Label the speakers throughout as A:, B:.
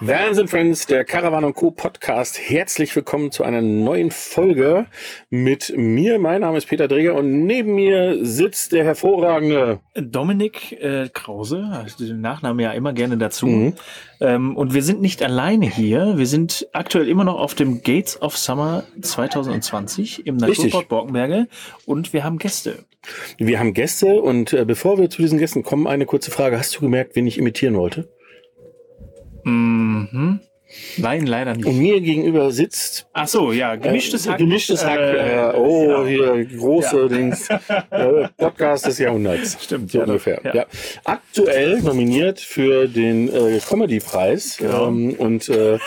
A: Vans and Friends, der Caravan Co. Podcast. Herzlich willkommen zu einer neuen Folge mit mir. Mein Name ist Peter Dreger und neben mir sitzt der hervorragende
B: Dominik äh, Krause, also den Nachnamen ja immer gerne dazu.
A: Mhm.
B: Ähm, und wir sind nicht alleine hier. Wir sind aktuell immer noch auf dem Gates of Summer 2020 im
A: Richtig.
B: Naturpark Borkenberge und wir haben Gäste.
A: Wir haben Gäste und äh, bevor wir zu diesen Gästen kommen, eine kurze Frage. Hast du gemerkt, wen ich imitieren wollte?
B: Mhm. Nein, leider
A: Und
B: nicht.
A: mir gegenüber sitzt
B: Ach so, ja, gemischtes
A: äh,
B: Hack. genau.
A: Gemischtes Hack. Äh, oh, hier große Dings. Äh, Podcast des Jahrhunderts.
B: Stimmt,
A: so
B: ja, doch,
A: ungefähr. Ja.
B: ja.
A: Aktuell nominiert für den äh, Comedy-Preis.
B: Genau.
A: Ähm, und, äh,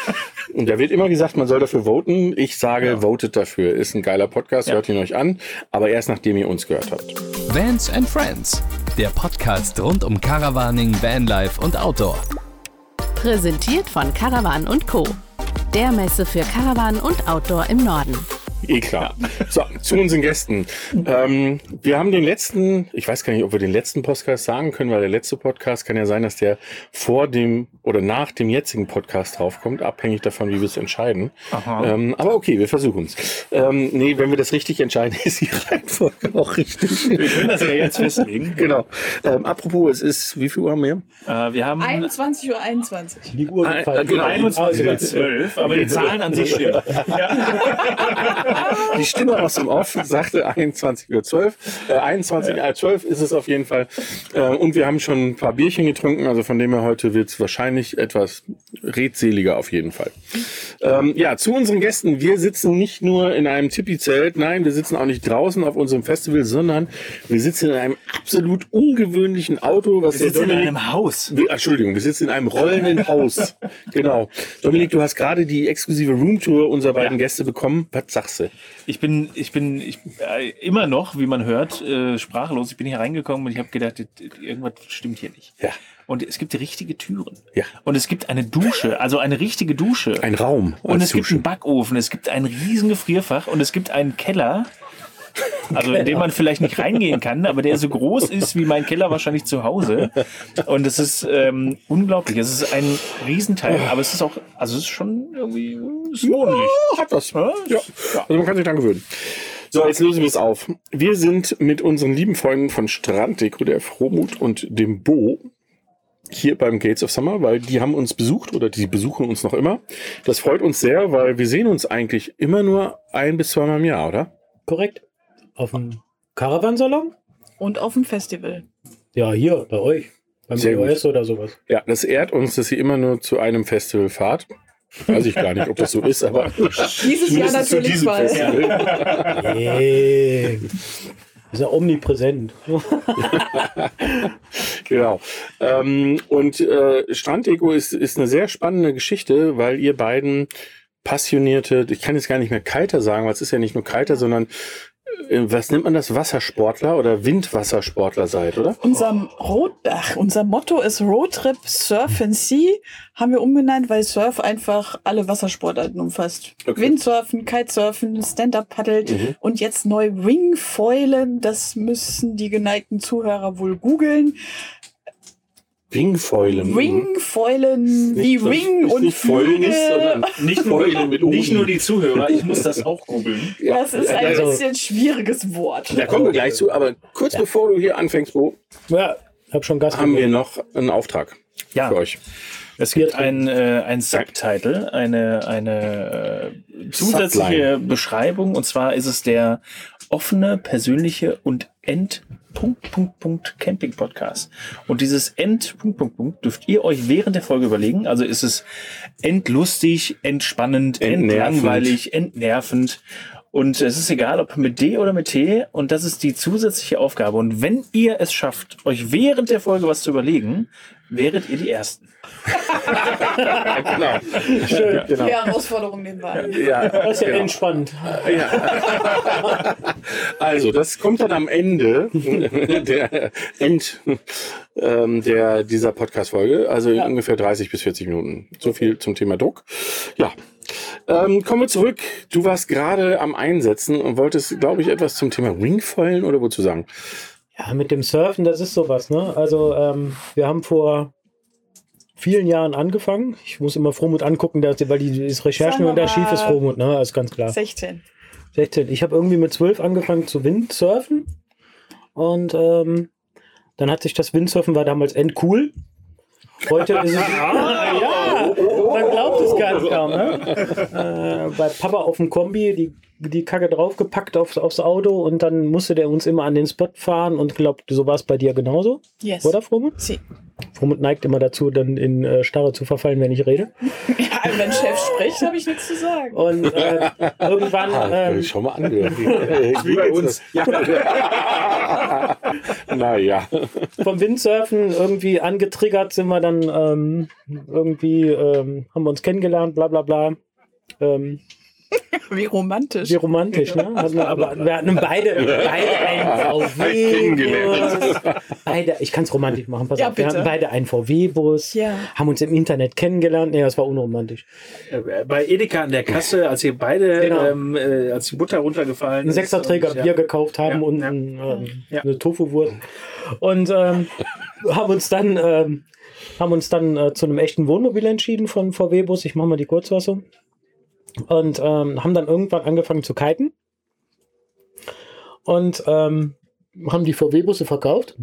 A: und da wird immer gesagt, man soll dafür voten. Ich sage, votet dafür. Ist ein geiler Podcast,
B: Ja.
A: hört ihn euch an. Aber erst nachdem ihr uns gehört habt.
C: Vans and Friends, der Podcast rund um Caravaning, Vanlife und Outdoor.
D: Präsentiert von Caravan und Co. Der Messe für Caravan und Outdoor im Norden.
A: Eh klar. So, zu unseren Gästen. Ähm, wir haben den letzten, ich weiß gar nicht, ob wir den letzten Podcast sagen können, weil der letzte Podcast kann ja sein, dass der vor dem oder nach dem jetzigen Podcast draufkommt, abhängig davon, wie wir es entscheiden.
B: Aha.
A: Ähm, aber okay, wir versuchen es. Ähm, nee, wenn wir das richtig entscheiden, ist die Reihenfolge auch richtig. Wir
B: können das ja jetzt festlegen.
A: Genau. Ähm, apropos, es ist, wie viel Uhr haben wir?
B: Äh, wir haben
E: 21.21 Uhr. 21.
F: Die Uhr
A: Ah,
F: gefallen.
A: äh, genau.
B: 21.12 Uhr, aber die Zahlen an sich stimmen.
A: Die Stimme aus dem Off sagte 21.12 Uhr. Äh, 21.12 Uhr ist es auf jeden Fall. Äh, und wir haben schon ein paar Bierchen getrunken, also von dem her heute wird es wahrscheinlich etwas redseliger auf jeden Fall. Ähm, ja, zu unseren Gästen. Wir sitzen nicht nur in einem Tippi-Zelt, nein, wir sitzen auch nicht draußen auf unserem Festival, sondern wir sitzen in einem absolut ungewöhnlichen Auto, was
B: Wir
A: der
B: sitzen in
A: Dominik
B: einem Haus.
A: wir- ah, Entschuldigung, wir sitzen in einem rollenden Haus. Genau. Dominik, du hast gerade die exklusive Roomtour unserer beiden Gäste bekommen. Was sagst du?
B: Ich bin, ich bin ich, äh, immer noch, wie man hört, äh, sprachlos. Ich bin hier reingekommen und ich habe gedacht, das- das- irgendwas stimmt hier nicht.
A: Ja.
B: Und es gibt richtige Türen.
A: Ja.
B: Und es gibt eine Dusche, also eine richtige Dusche.
A: Ein Raum.
B: und
A: als
B: es gibt
A: Dusche.
B: einen Backofen, es gibt einen riesen Gefrierfach und es gibt einen Keller. Also in den man vielleicht nicht reingehen kann, aber der so groß ist wie mein Keller wahrscheinlich zu Hause. Und es ist ähm, unglaublich. Es ist ein Riesenteil, aber es ist auch, also es ist schon irgendwie es ist wohnlich.
A: Oh, hat was. Ja. Also man kann sich dran gewöhnen. So, jetzt lösen wir es auf. Wir sind mit unseren lieben Freunden von Stranddeko, der Frohmut und dem Bo, hier beim Gates of Summer, weil die haben uns besucht oder die besuchen uns noch immer. Das freut uns sehr, weil wir sehen uns eigentlich immer nur ein bis zweimal im Jahr, oder?
F: Korrekt. Auf dem Caravansalon?
E: Und auf dem Festival.
F: Ja, hier, bei euch. Beim
A: Sehr gut.
F: EOS oder sowas.
A: Ja, das ehrt uns, dass ihr immer nur zu einem Festival fahrt. Weiß ich gar nicht, ob das so ist, aber
E: Dieses Jahr
A: zumindest zu
E: natürlich
A: diesem
E: mal.
A: Festival.
F: Nee. Ist ja omnipräsent.
A: Genau. Ähm, und äh, Strandego ist, ist eine sehr spannende Geschichte, weil ihr beiden passionierte, ich kann jetzt gar nicht mehr Kiter sagen, weil es ist ja nicht nur Kiter, sondern äh, was nennt man das? Wassersportler oder Windwassersportler seid, oder?
E: Unser Rotdach, unser Motto ist Roadtrip Surf and Sea, haben wir umbenannt, weil Surf einfach alle Wassersportarten umfasst.
A: Okay.
E: Windsurfen, Kitesurfen, Stand-Up-Paddeln
A: Mhm.
E: und jetzt neu Ringfoilen, das müssen die geneigten Zuhörer wohl googeln.
A: Ringfäulen.
E: Ringfoilen, wie
A: Mhm. Nicht, dass-
E: Ring
A: nicht
E: und
A: nicht Fäulen
E: Flügel.
A: ist, sondern
B: Nicht
A: nur- Folgen mit nicht oben. nur
B: die Zuhörer, ich muss das auch googeln.
A: ja,
E: Das ist ein
A: also,
E: bisschen schwieriges Wort.
A: Da kommen wir gleich zu, aber kurz bevor du hier anfängst, Bo,
F: Ja, hab schon Gas
A: haben wir
F: gegeben.
A: noch einen Auftrag
B: Ja,
A: für euch.
B: es gibt ein, äh, ein Subtitle, eine, eine äh, zusätzliche Beschreibung und zwar ist es der offene, persönliche und End Punkt, Punkt, Punkt Camping Podcast. Und dieses End Punkt, Punkt, Punkt dürft ihr euch während der Folge überlegen. Also ist es endlustig, entspannend,
A: Entnervend.
B: entlangweilig, entnervend. Und es ist egal, ob mit D oder mit T. Und das ist die zusätzliche Aufgabe. Und wenn ihr es schafft, euch während der Folge was zu überlegen, wäret ihr die Ersten.
A: Genau.
F: Schön, genau.
E: Ja, Herausforderung nebenbei.
A: Ja,
F: Das ist ja
A: genau.
F: entspannt.
A: Also, das kommt dann am Ende der End ähm, der, dieser Podcast-Folge, also in ungefähr 30 bis 40 Minuten. So viel zum Thema Druck. Ja. Ähm, kommen wir zurück. Du warst gerade am Einsetzen und wolltest, glaube ich, etwas zum Thema Wingfallen oder wozu sagen.
F: Ja, mit dem Surfen, das ist sowas, ne? Also, ähm, wir haben vor vielen Jahren angefangen. Ich muss immer Frohmut angucken, dass- weil die das
E: Sagen
F: Recherchen
E: wir
F: und Archiv
E: mal
F: ist Frohmut, ne? Ist ganz klar.
E: 16.
F: 16. Ich habe irgendwie mit 12 angefangen zu Windsurfen. Und ähm, dann hat sich das Windsurfen war damals endcool. Heute ist es. Ah, ja! Man glaubt es gar nicht kaum, ne? äh, bei Papa auf dem Kombi die, die Kacke draufgepackt aufs, aufs Auto und dann musste der uns immer an den Spot fahren und glaubt, so war es bei dir genauso,
E: Yes.
F: oder Fromut?
E: Sie.
F: Fromut neigt immer dazu, dann in äh, Starre zu verfallen, wenn ich rede.
E: Ja, wenn Chef spricht, habe ich nichts zu sagen.
F: Und äh, irgendwann.
A: Ah,
F: ähm,
A: ich schon mal angehört. Wie bei uns. Ja. naja.
F: vom Windsurfen irgendwie angetriggert sind wir dann ähm, irgendwie, ähm, haben wir uns kennengelernt, bla bla bla. Ähm,
E: Wie romantisch.
F: wie romantisch, ne? Hatten wir, aber wir hatten beide, beide einen VW-Bus. Beide, ich kann es romantisch machen, pass
E: Ja,
F: auf. Wir
E: bitte.
F: hatten beide einen VW-Bus,
E: Ja.
F: haben uns im Internet kennengelernt. Nee, das war unromantisch.
G: Äh, Bei Edeka an der Kasse, als ihr beide,
F: Genau.
G: ähm, äh, als die Butter runtergefallen
F: einen Sechserträger
G: und, Äh, ja.
F: Bier gekauft haben
G: Ja,
F: und
G: ja.
F: ein, ähm,
G: Ja.
F: eine Tofu-Wurst. Und ähm, haben uns dann, ähm, haben uns dann äh, zu einem echten Wohnmobil entschieden von VW-Bus. Ich mache mal die Kurzfassung. Und ähm, haben dann irgendwann angefangen zu kiten. Und ähm, haben die VW-Busse verkauft.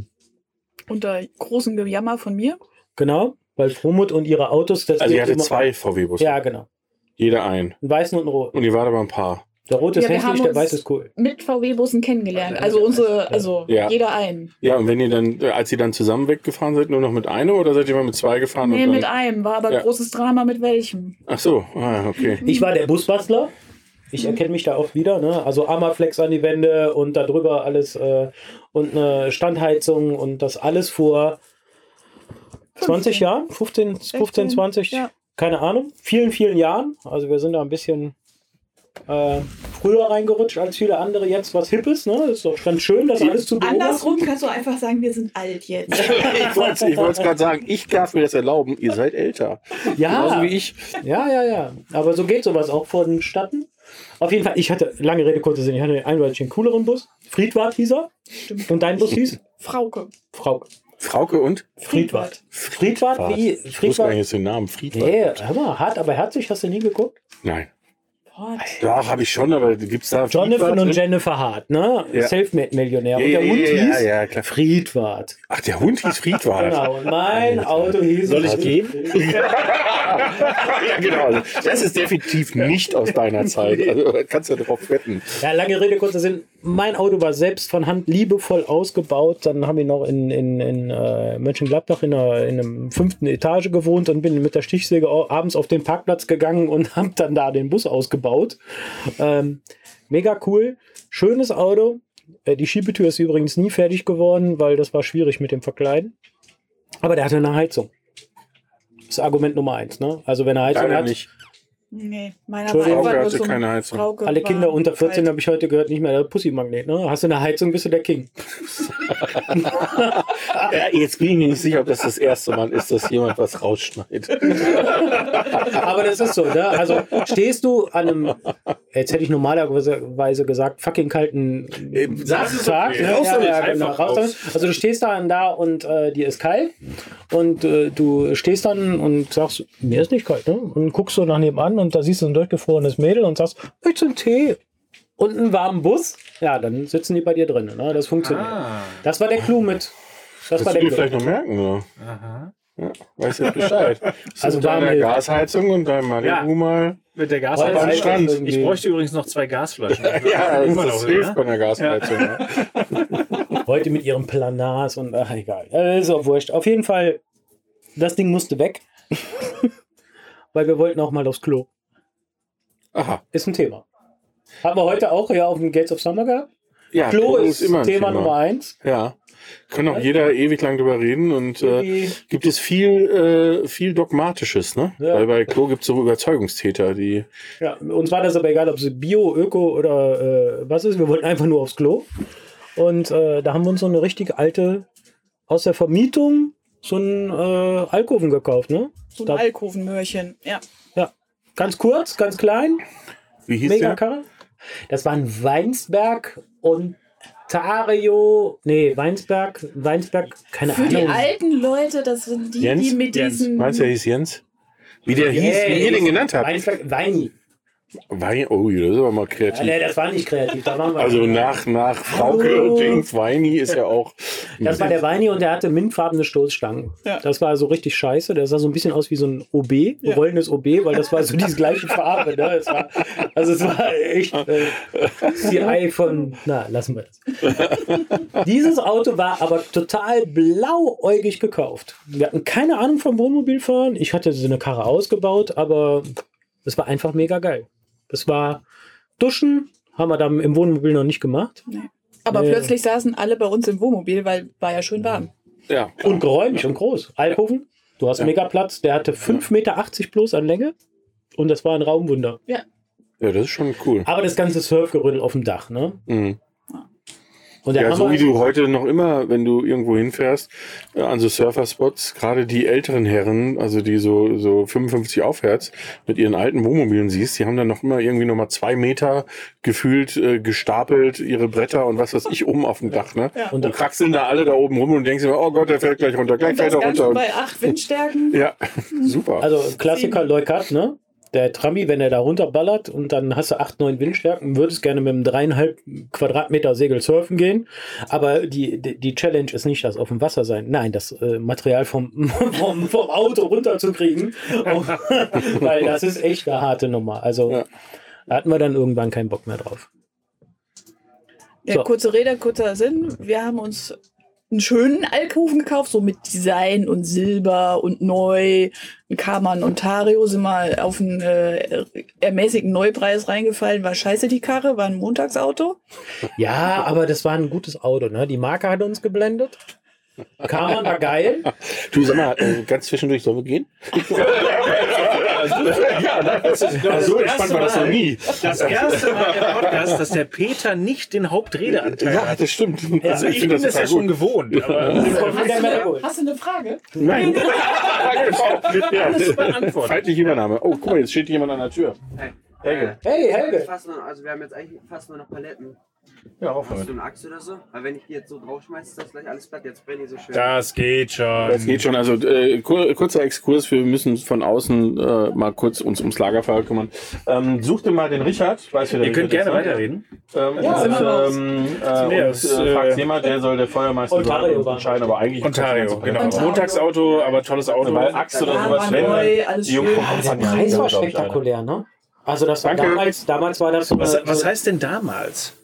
E: Unter großem Gejammer von mir.
F: Genau, weil Frohmut und ihre Autos. Das
A: Also,
F: geht
A: ihr hatte
F: immer-
A: zwei VW-Busse.
F: Ja, genau.
A: Jeder einen.
F: Einen weißen und einen roten.
A: Und ihr wart aber ein paar.
F: Der rote ist
E: Ja, wir haben
F: hässlich, der
E: uns-
F: weiße ist cool.
E: Mit VW-Bussen kennengelernt. Also unsere, also
A: Ja.
E: jeder einen.
A: Ja, und wenn ihr dann, äh, als ihr dann zusammen weggefahren seid, nur noch mit einem oder seid ihr mal mit zwei gefahren?
E: Nee,
A: und
E: mit
A: dann,
E: einem. War aber
A: Ja.
E: großes Drama mit welchem.
A: Ach so, ah, okay.
F: Ich war der Busbastler. Ich erkenne mich da oft wieder. Ne? Also Armaflex an die Wände und darüber alles äh, und eine Standheizung und das alles vor 20
E: 15.
F: Jahren, 15, 15
E: 16,
F: 20,
E: ja.
F: keine Ahnung, vielen, vielen Jahren. Also wir sind da ein bisschen äh, früher reingerutscht als viele andere jetzt, was hip ist. Ne? Ist doch ganz schön, das alles zu beobachten.
E: Andersrum kannst du einfach sagen, wir sind alt jetzt.
A: Ich wollte es gerade sagen, ich darf mir das erlauben, ihr seid älter.
F: Ja,
A: Genauso wie ich.
F: Ja, ja, ja. Aber so geht sowas auch vonstatten. Auf jeden Fall, ich hatte, lange Rede, kurzer Sinn, ich hatte eindeutig einen cooleren Bus. Friedwart hieß er. Und dein Bus hieß?
E: Frauke.
F: Frau.
A: Frauke und?
F: Friedwart. Friedwart, wie?
A: Ich wusste gar nicht
F: Friedwart.
A: jetzt den Namen. Friedwald.
F: Nee, hör mal, hart, aber herzlich hast du nie geguckt.
A: Nein.
E: Gott.
A: Doch, habe ich schon, aber gibt's da.
F: Jonathan
A: Friedwald
F: und
A: drin?
F: Jennifer Hart, ne?
A: Ja.
F: Selfmade-Millionär. Und
A: Ja,
F: der
A: ja,
F: Hund
A: ja, ja,
F: hieß
A: ja, klar.
F: Friedwart.
A: Ach, der Hund hieß Friedwald.
F: Genau. Und mein Auto hieß.
A: Soll ich
F: gehen?
A: ja, genau. Also, Das ist definitiv nicht aus deiner Zeit. Also kannst du darauf wetten.
F: Ja, lange Rede, kurzer Sinn. Mein Auto war selbst von Hand liebevoll ausgebaut. Dann haben wir noch in, in, in äh, Mönchengladbach in einer in einem fünften Etage gewohnt und bin mit der Stichsäge au- abends auf den Parkplatz gegangen und haben dann da den Bus ausgebaut. Ähm, mega cool. Schönes Auto. Äh, die Schiebetür ist übrigens nie fertig geworden, weil das war schwierig mit dem Verkleiden. Aber der hatte eine Heizung. Das ist Argument Nummer eins. Ne? Also wenn er Heizung
A: Leider
F: hat,
A: nicht.
E: Nee, meiner war
F: Entschuldigung.
A: Frauke
E: einfach nur
A: hatte
E: so ein-
A: keine Heizung.
E: Frauke
F: alle
E: war
F: Kinder unter 14
E: kalt.
F: habe ich heute gehört, nicht mehr der Pussy-Magnet. Ne? Hast du eine Heizung, bist du der King.
A: Ja, jetzt bin ich mir nicht sicher, ob das das erste Mal ist, dass jemand was rausschneidet.
F: Aber das ist so, ne? Also stehst du an einem, jetzt hätte ich normalerweise gesagt, fucking kalten
A: Eben, das ist
F: Tag.
A: okay.
F: Ne?
A: Raus damit,
F: genau,
A: einfach
F: raus damit. Also du stehst dann da und äh, dir ist kalt und äh, du stehst dann und sagst, mir ist nicht kalt, ne? Und guckst so nach nebenan und da siehst du ein durchgefrorenes Mädel und sagst, möchtest du einen Tee? Und einen warmen Bus? Ja, dann sitzen die bei dir drin. Ne? Das funktioniert. Das war der Clou mit. Das,
A: Ah. Das wirst du
F: war der Clou.
A: dir vielleicht noch merken. So. Ja, weißt du Bescheid. So,
F: Also
A: mit deiner
F: warme-
A: Gasheizung und deinem
G: Ja.
A: Malibu mal.
G: Mit der
A: Heute am Strand.
G: Gasheizung. Ich bräuchte übrigens noch zwei Gasflaschen.
A: Ja, das,
G: Immer
A: das
G: noch,
A: hilft
G: ja?
A: bei einer Gasheizung. ne?
F: Heute mit ihrem Planars und ach, egal. Äh, Ist auch wurscht. Auf jeden Fall, das Ding musste weg. Weil wir wollten auch mal aufs Klo.
A: Aha.
F: Ist ein Thema. Haben wir heute auch ja auf dem Gates of Summer gehabt.
A: Ja,
F: Klo
A: Drogen
F: ist, Thema,
A: ein
F: Nummer eins.
A: Ja. Kann auch jeder ewig lang drüber reden und äh,
F: Irgendwie-
A: gibt es viel, äh, viel Dogmatisches, ne?
F: Ja.
A: Weil bei Klo gibt es so Überzeugungstäter, die.
F: Ja, uns war das aber egal, ob sie Bio, Öko oder äh, was ist. Wir wollten einfach nur aufs Klo. Und äh, da haben wir uns so eine richtig alte, aus der Vermietung, so einen äh, Alkoven gekauft. Ne?
E: So ein
F: Da,
E: Alkovenmörchen. Ja.
F: ja. Ganz kurz, ganz klein,
A: Wie hieß
F: Mega
A: der?
F: Karre. Das waren Weinsberg und Tario, nee, Weinsberg, Weinsberg, keine
E: Für die
F: Ahnung.
E: alten Leute, das sind die,
A: Jens?
E: die mit
F: Jens.
E: diesen.
A: Meinst du, der hieß Jens? Wie der hieß,
F: Yeah,
A: wie ihr den genannt habt?
F: Weinsberg, Weini.
A: Wein, oh, das ist aber mal
F: Ja,
A: kreativ.
F: nee, das war nicht kreativ. Da waren wir
A: Also nach, nach Frauke
F: Hallo.
A: und Dings Weini ist ja auch.
F: Das war der Weini und der hatte mintfarbene Stoßstangen.
E: Ja.
F: Das war so richtig scheiße. Der sah so ein bisschen aus wie so ein OB, rollendes OB, weil das war so diese gleiche Farbe. Ne? Es war, also es war echt äh, CI von, na, lassen wir das. Dieses Auto war aber total blauäugig gekauft. Wir hatten keine Ahnung vom Wohnmobilfahren. Ich hatte so eine Karre ausgebaut, aber es war einfach mega geil. Das war Duschen, haben wir dann im Wohnmobil noch nicht gemacht.
E: Aber
F: Nee.
E: plötzlich saßen alle bei uns im Wohnmobil, weil war ja schön warm.
A: Ja.
F: Und geräumig und groß. Alkoven, du hast mega Platz. Der hatte 5,80 Meter bloß an Länge. Und das war ein Raumwunder.
A: ja, das ist schon cool.
F: Aber das ganze Surfgerüttel auf dem Dach, ne?
A: Mhm.
F: Und der
A: Ja, so
F: Hammer,
A: wie du heute noch immer, wenn du irgendwo hinfährst, äh, an so Surferspots, gerade die älteren Herren, also die so, so 55 aufwärts, mit ihren alten Wohnmobilen siehst, die haben dann noch immer irgendwie nochmal zwei Meter gefühlt äh, gestapelt, ihre Bretter und was weiß ich, oben auf dem Dach, ne?
F: Und
A: Und, kraxeln da alle da oben rum und denkst immer, oh Gott, der fällt gleich runter, gleich
E: Und
A: fällt
E: das
A: er
E: Ganze
A: runter. Und,
E: bei acht Windstärken.
A: ja, super.
F: also Klassiker Leukat, ne? Der Trami, wenn er da runterballert und dann hast du 8, 9 Windstärken, würdest gerne mit einem dreieinhalb Quadratmeter Segel surfen gehen. Aber die, die, die Challenge ist nicht das auf dem Wasser sein. Nein, das äh, Material vom, vom, vom Auto runterzukriegen. Weil das ist echt eine harte Nummer. Also
A: Ja.
F: da hatten wir dann irgendwann keinen Bock mehr drauf.
E: Ja,
F: So.
E: kurze Rede, kurzer Sinn. Wir haben uns einen schönen Alkoven gekauft, so mit Design und Silber und neu. Ein Kaman und Tario sind mal auf einen äh, ermäßigten Neupreis reingefallen. War scheiße die Karre, war ein Montagsauto.
F: Ja, aber das war ein gutes Auto, ne? Die Marke hat uns geblendet. Kaman war geil.
A: Du sag mal, äh, ganz zwischendurch sollen wir gehen? ja, das ist,
G: das
A: so
G: erste
A: entspannt war das noch
G: Mal.
A: nie.
G: Das erste Mal im Podcast, dass der Peter nicht den Hauptredeanteil
A: Ja,
G: hat.
A: das stimmt.
G: Also ich, bin das ja schon gewohnt. Aber
E: Hast du eine Frage?
A: Nein.
G: Alles
A: ja.
G: beantwortet.
A: Feindliche Übernahme. Oh, guck mal, jetzt steht jemand an der Tür. Helge.
F: Hey, Helge.
H: Fast nur, also wir Äh, haben jetzt eigentlich fast nur noch Paletten.
G: Ja,
H: Hast du eine Axt oder so? Weil wenn ich die jetzt so draufschmeiße, ist das gleich alles platt. Jetzt brennen die so schön.
G: Das geht schon.
A: Das geht schon. Also äh, kur kurzer Exkurs. Wir müssen von außen äh, mal kurz uns ums Lagerfeuer kümmern. Ähm, such dir mal den Richard. Ich weiß, wer der
G: Ihr könnt
A: Richard
G: gerne
A: ist, ne?
G: weiterreden.
A: Ähm,
E: Ja, sind wir raus.
A: und, äh, und äh, Fax Nehmer, der soll der Feuermeister sein
F: Ontario
A: und
F: war-
A: entscheiden, aber eigentlich...
G: Ontario, genau.
E: Ontario.
G: Montagsauto, aber tolles Auto.
A: Weil Axt oder
E: Ja,
A: sowas,
E: war
A: wenn...
E: neu, alles
A: die Jungs-
E: schön.
F: Der Preis war spektakulär, ne? Also das war
A: Danke.
F: damals, damals war das äh, so.
G: Was,
F: eine-
G: was heißt denn damals?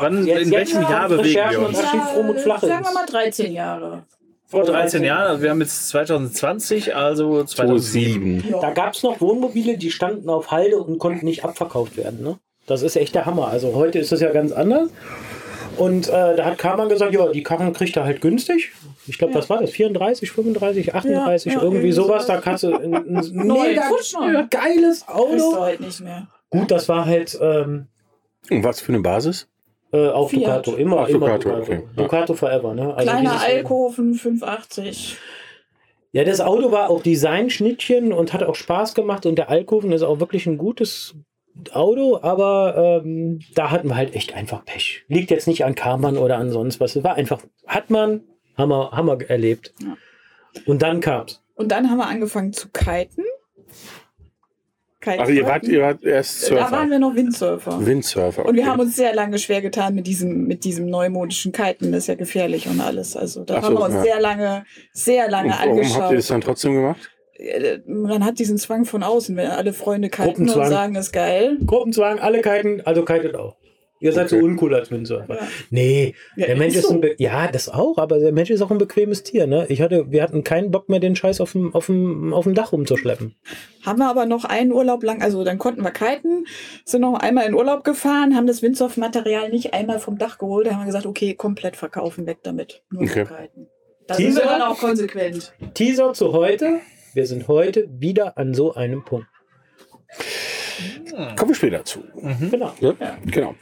G: Wann,
F: Jetzt-
G: in
F: jetzt
G: welchem
F: haben
G: Jahr
F: wir
G: bewegen
F: Recherchen
G: wir
F: und
G: uns?
F: Das schief rum und flach
E: Sagen wir
F: ist.
E: mal 13 Jahre.
G: Vor 13 Jahren, also wir haben jetzt 2020, also 2007.
A: 2007.
F: da gab es noch Wohnmobile, die standen auf Halde und konnten nicht abverkauft werden, ne? Das ist echt der Hammer. Also heute ist das ja ganz anders. Und äh, da hat Kaman gesagt, ja, die Karren kriegt er halt günstig. Ich glaube, was war das? 34, 35, 38,
E: Ja, ja,
F: irgendwie
E: irgendwie sowas.
F: sowas. Da kannst du ein, ein
E: Neu,
F: mega
E: futschneu.
F: geiles
E: Kriegst du
F: Auto.
E: heute nicht mehr.
F: Gut, das war halt ähm,
A: Und was für eine Basis?
F: äh, auf
E: Fiat.
F: Ducato. Immer,
A: Auf
F: immer
A: Ducato,
F: Ducato.
A: okay,
F: Ducato,
A: ja.
F: forever. Ne? Also
E: Kleiner
F: dieses-
E: Alkoven, 580.
F: Ja, das Auto war auch Design-Schnittchen und hat auch Spaß gemacht. Und der Alkoven ist auch wirklich ein gutes Auto, aber ähm, da hatten wir halt echt einfach Pech. Liegt jetzt nicht an Karmann oder an sonst was. Es war einfach, hat man, haben wir, haben wir erlebt.
E: Ja.
F: Und dann kam's.
E: Und dann haben wir angefangen zu kiten. Kiten
A: Ach, Also, ihr
E: surfen.
A: wart, ihr wart erst
E: Da waren
A: Surfer.
E: wir noch Windsurfer.
A: Windsurfer.
E: Und wir
A: okay.
E: haben uns sehr lange schwer getan mit diesem, mit diesem neumodischen Kiten. Das ist ja gefährlich und alles. Also da
A: Ach
E: haben
A: so,
E: wir uns
A: ja.
E: sehr lange, sehr lange
A: Und Warum habt ihr das
E: angeschaut.
A: dann trotzdem gemacht?
E: Äh, Man hat diesen Zwang von außen, wenn alle Freunde kiten und
F: Gruppenzwang.
E: sagen, das ist geil.
F: Gruppenzwang, alle kiten, also kitet auch. Ihr seid so
A: Okay.
F: uncool als Windsurfer.
E: Ja.
F: Nee,
E: Ja,
F: der Mensch
E: ist
F: ist
E: so.
F: ein Be ja, das auch, aber der Mensch ist auch ein bequemes Tier, ne? Ich hatte, wir hatten keinen Bock mehr, den Scheiß auf dem, auf dem, auf dem Dach rumzuschleppen.
E: Haben wir aber noch einen Urlaub lang, also dann konnten wir kiten, sind noch einmal in Urlaub gefahren, haben das Windsurf-Material nicht einmal vom Dach geholt. Da haben wir gesagt, okay, komplett verkaufen, weg damit. Nur
A: Okay.
E: noch kiten. Da sind wir
F: Teaser?
E: dann auch konsequent.
F: Teaser zu heute. Wir sind heute wieder an so einem Punkt.
E: Mhm.
A: Kommen wir später zu.
F: Genau.
A: Ja? Genau.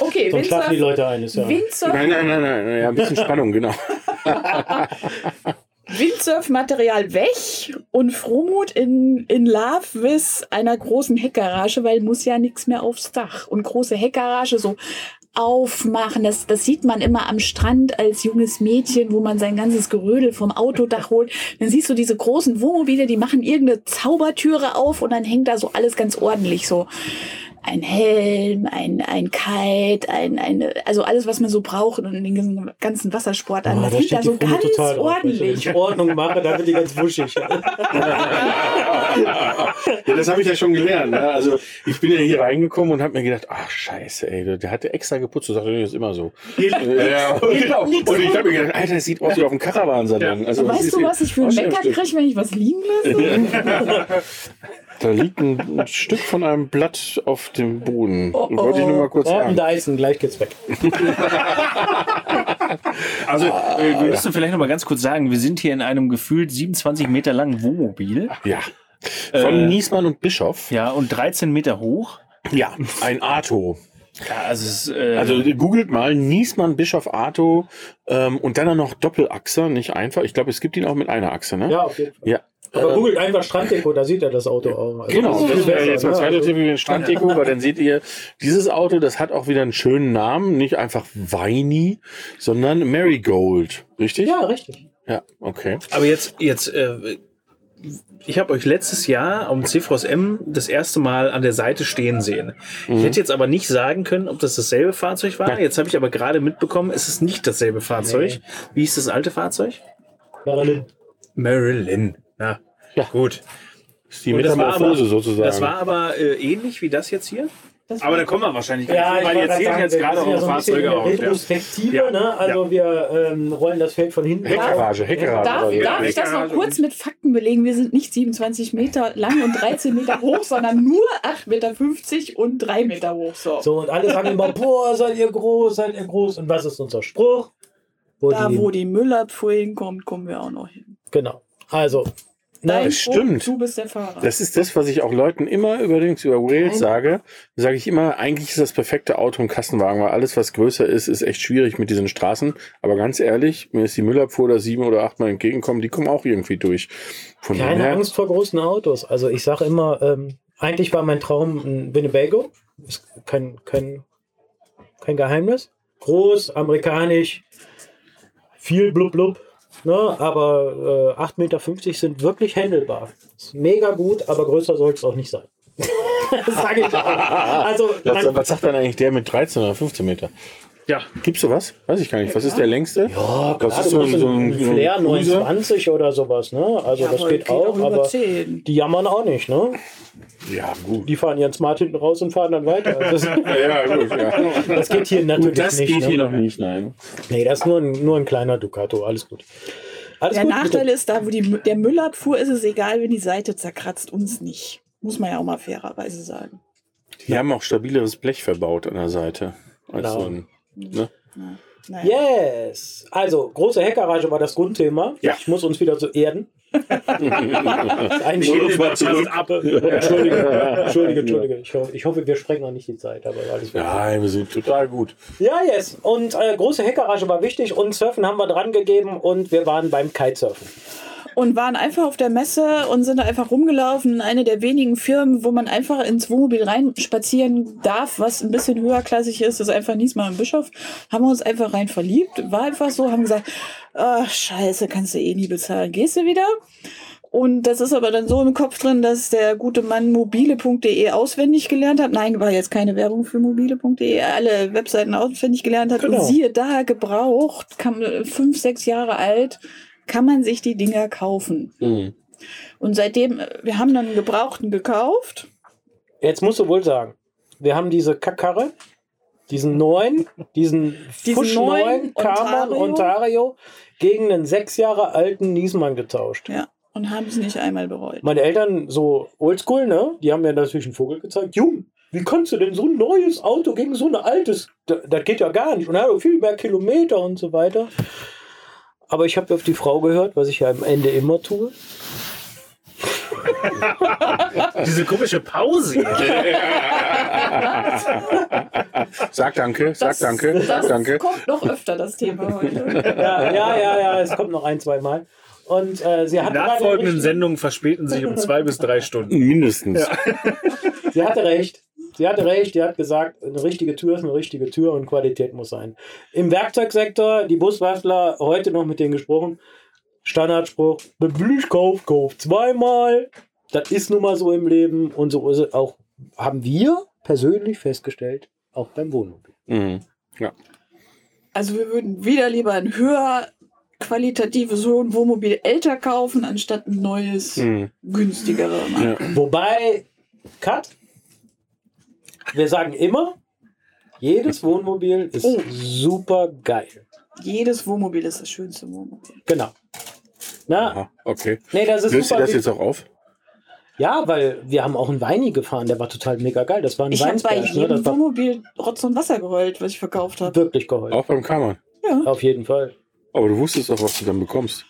E: Okay,
F: Sonst schlafen die
E: Windsurf,
F: Leute eines ja. Oh,
E: Windsurf
A: Nein, nein, nein, nein. Ja, ein bisschen Spannung, genau.
E: Windsurfmaterial weg und Frohmut in, in Love with einer großen Heckgarage, weil muss ja nichts mehr aufs Dach. Und große Heckgarage, so aufmachen. Das, das sieht man immer am Strand als junges Mädchen, wo man sein ganzes Gerödel vom Autodach holt. Dann siehst du diese großen Wohnmobile, die machen irgendeine Zaubertüre auf und dann hängt da so alles ganz ordentlich so. Ein Helm, ein, ein Kite, ein, eine, also alles, was man so braucht und den ganzen Wassersport an.
F: Ah,
E: das hängt da so
F: Fuhne
E: ganz
F: drauf. Wenn
E: ordentlich.
F: ich Ordnung mache, dann wird die ganz wuschig.
A: Ja, das habe ich ja schon gelernt. Ne? Also ich bin ja hier reingekommen und habe mir gedacht, ach scheiße, ey, der, der hat extra geputzt und sagte, das ist immer so. Äh, ja, genau. Und ich habe mir gedacht, Alter, das sieht aus wie auf dem Karawansalon. Also, das
E: Weißt
A: ist
E: du,
A: hier-
E: was ich für einen
A: Aus dem
E: Wecker
A: Stück.
E: kriege, wenn ich was liegen lasse?
A: Da liegt ein, ein Stück von einem Blatt auf dem Boden.
E: Oh,
A: Wollte ich nur mal kurz
F: Orten
A: sagen.
F: Dyson, gleich geht's weg.
G: Also, äh, wir müssen vielleicht noch mal ganz kurz sagen, wir sind hier in einem gefühlt 27 Meter langen Wohnmobil.
A: Ja. Von
G: Äh,
A: Niesmann und Bischof.
G: Ja, und 13 Meter hoch.
A: Ja, ein Arto.
G: Ja, also, es, ist, äh,
A: Also googelt mal Niesmann, Bischof, Arto ähm, und dann auch noch Doppelachse, nicht einfach. Ich glaube, es gibt ihn auch mit einer Achse, ne?
F: Ja, auf jeden Fall.
A: Ja.
F: Aber
A: Äh,
F: googelt einfach Stranddeko, da sieht er das Auto auch. Also
A: Genau,
F: ist
A: das
F: viel
A: wäre
F: besser,
A: jetzt mein
F: ne?
A: zweiter
F: Also-
A: Tipp über den Stranddeko, weil dann seht ihr, dieses Auto, das hat auch wieder einen schönen Namen, nicht einfach Weini, sondern Marigold, richtig?
F: Ja, richtig.
A: Ja, okay.
G: Aber jetzt, jetzt, äh, ich habe euch letztes Jahr am Cephros M das erste Mal an der Seite stehen sehen. Ich hätte jetzt aber nicht sagen können, ob das dasselbe Fahrzeug war. Jetzt habe ich aber gerade mitbekommen, es ist nicht dasselbe Fahrzeug. Wie ist das alte Fahrzeug?
F: Marilyn.
G: Marilyn. Ja,
A: Ja.
G: gut.
A: Ist die
G: Und das war aber-
A: Metamorphose sozusagen.
G: Das war aber äh, ähnlich wie das jetzt hier. Aber da kommen wir wahrscheinlich gleich zu, weil
F: wollte
G: jetzt
F: gerade
G: sehen
F: sagen,
G: jetzt
F: wir
G: gerade auch
F: sind ja so ein bisschen
G: Fahrzeuge
F: in der
G: auf. Ja.
F: Retrospektive,
G: Ja.
F: ne? Also wir ähm, rollen das Feld von hinten. auf.
A: Heckgarage, Heckgarage.
E: Darf,
A: oder so.
E: darf ich das noch kurz mit Fakten belegen? Wir sind nicht 27 Meter lang und 13 Meter hoch, sondern nur 8,50 Meter und 3 Meter hoch. So.
F: So, und alle sagen immer, boah, seid ihr groß, seid ihr groß. Und was ist unser Spruch? Wo
E: da,
F: die-
E: wo die Müllabfuhr hinkommt, kommen wir auch noch hin.
F: Genau. Also,
E: Dein
F: ne?
A: das stimmt.
E: du bist der Fahrer.
A: Das ist das, was ich auch Leuten immer übrigens über Wales sage. Sage ich immer, eigentlich ist das perfekte Auto ein Kassenwagen, weil alles, was größer ist, ist echt schwierig mit diesen Straßen. Aber ganz ehrlich, mir ist die Müllabfuhr da sieben oder achtmal entgegenkommen, die kommen auch irgendwie durch. Von
F: keine
A: daher-
F: Angst vor großen Autos. Also ich sage immer, ähm, eigentlich war mein Traum ein Winnebago. Ist kein, kein, kein Geheimnis. Groß, amerikanisch, viel blub blub. Ne? Aber äh, 8,50 Meter sind wirklich handelbar. Ist mega gut, aber größer soll es auch nicht sein. das sage ich auch. Also,
A: Das,
F: man,
A: was sagt dann eigentlich der mit 13 oder 15 Meter?
G: Ja.
A: Gibt's sowas? Weiß ich gar nicht. Was ist der längste? Ja,
F: das ist so ein, so ein Flair 29 oder sowas. Ne? Also das
E: aber
F: geht, auch,
E: über
F: aber
E: 10.
F: die jammern auch nicht. Ne?
A: Ja, gut.
F: Die fahren ihren Smart hinten raus und fahren dann weiter. Also Das,
A: Ja, gut, ja.
F: das geht hier natürlich
A: Das
F: nicht.
A: geht
F: ne?
A: hier noch nicht, nein.
F: Nee, das ist nur ein, nur ein kleiner Ducato. Alles gut. Alles
E: Der
F: gut,
E: Nachteil
F: bitte.
E: ist, da wo die, Mü- der Müllabfuhr ist, es egal, wenn die Seite zerkratzt, uns nicht. Muss man ja auch mal fairerweise sagen.
A: Die haben auch stabileres Blech verbaut an der Seite. Als
F: Genau.
A: so ein, ne?
E: Naja.
F: Yes! Also, große Heckgarage war das Grundthema.
A: Ja.
F: Ich muss uns wieder zu erden. Ein
A: Hol uns mal zurück.
F: ab. Entschuldige, Entschuldige, Entschuldige. Ich, hoffe, ich hoffe, wir sprengen noch nicht die Zeit, aber alles gut.
A: Nein, wir sind total gut.
F: Ja, yes. Und äh, große Heckgarage war wichtig und Surfen haben wir dran gegeben und wir waren beim Kitesurfen.
E: und waren einfach auf der Messe und sind da einfach rumgelaufen. Eine der wenigen Firmen, wo man einfach ins Wohnmobil reinspazieren darf, was ein bisschen höherklassig ist, ist einfach Niesmann und Bischof. Haben wir uns einfach rein verliebt, war einfach so, haben gesagt, ach scheiße, kannst du eh nie bezahlen, gehst du wieder? Und das ist aber dann so im Kopf drin, dass der gute Mann mobile.de auswendig gelernt hat. Nein, war jetzt keine Werbung für mobile.de. Alle Webseiten auswendig gelernt hat.
F: Genau.
E: Und siehe da, gebraucht, kam, äh, fünf, sechs Jahre alt, kann man sich die Dinger kaufen.
A: Mhm.
E: Und seitdem, äh, wir haben dann einen Gebrauchten gekauft.
F: Jetzt musst du wohl sagen, wir haben diese Kackkarre, diesen neuen, diesen,
E: Diesen
F: Fusch neuen
E: neuen
F: Carmen
E: Ontario.
F: Ontario gegen einen sechs Jahre alten Niesmann getauscht.
E: Ja. Und haben es nicht einmal bereut.
F: Meine Eltern, so oldschool, ne? Die haben mir natürlich einen Vogel gezeigt. Jung, wie kannst du denn so ein neues Auto gegen so ein altes? Da- Das geht ja gar nicht. Und er hat auch viel mehr Kilometer und so weiter. Aber ich habe auf die Frau gehört, was ich ja am Ende immer tue.
G: Diese komische Pause.
A: Sag danke, sag danke, sag
E: das
A: danke.
E: kommt noch öfter, das Thema heute.
F: Ja, ja, ja, ja, es kommt noch ein, zwei Mal. Und äh, sie
G: Die
F: hat
G: nachfolgenden Sendungen verspäten sich um zwei bis drei Stunden.
A: Mindestens.
F: Sie hatte recht. sie hatte recht, die hat gesagt, eine richtige Tür ist eine richtige Tür und Qualität muss sein. Im Werkzeugsektor, die Busbastler, heute noch mit denen gesprochen, Standardspruch, wenn Blüsch kauft, kauft zweimal. Das ist nun mal so im Leben und so ist es auch, haben wir persönlich festgestellt, auch beim Wohnmobil.
A: Mhm.
E: Also wir würden wieder lieber ein höher qualitatives Wohnmobil älter kaufen, anstatt ein neues,
A: Mhm.
E: günstigeres.
A: Ja.
F: Wobei, Cut, wir sagen immer, jedes Wohnmobil ist
E: Oh.
F: super geil.
E: Jedes Wohnmobil ist das schönste Wohnmobil.
F: Genau. Na,
A: Aha, okay.
F: nee, das ist
A: Löst ihr
F: super.
A: das
F: wie-
A: jetzt auch auf?
F: Ja, weil wir haben auch einen Weini gefahren, der war total mega geil. Das war ein
E: Ich habe bei
F: Weinsberg, ne?
E: jedem
F: Das war
E: Wohnmobil Rotz und Wasser geheult, was ich verkauft habe.
F: wirklich geholfen.
A: Auch beim Kammern.
F: Auf jeden Fall.
A: Aber du wusstest auch, was du dann bekommst.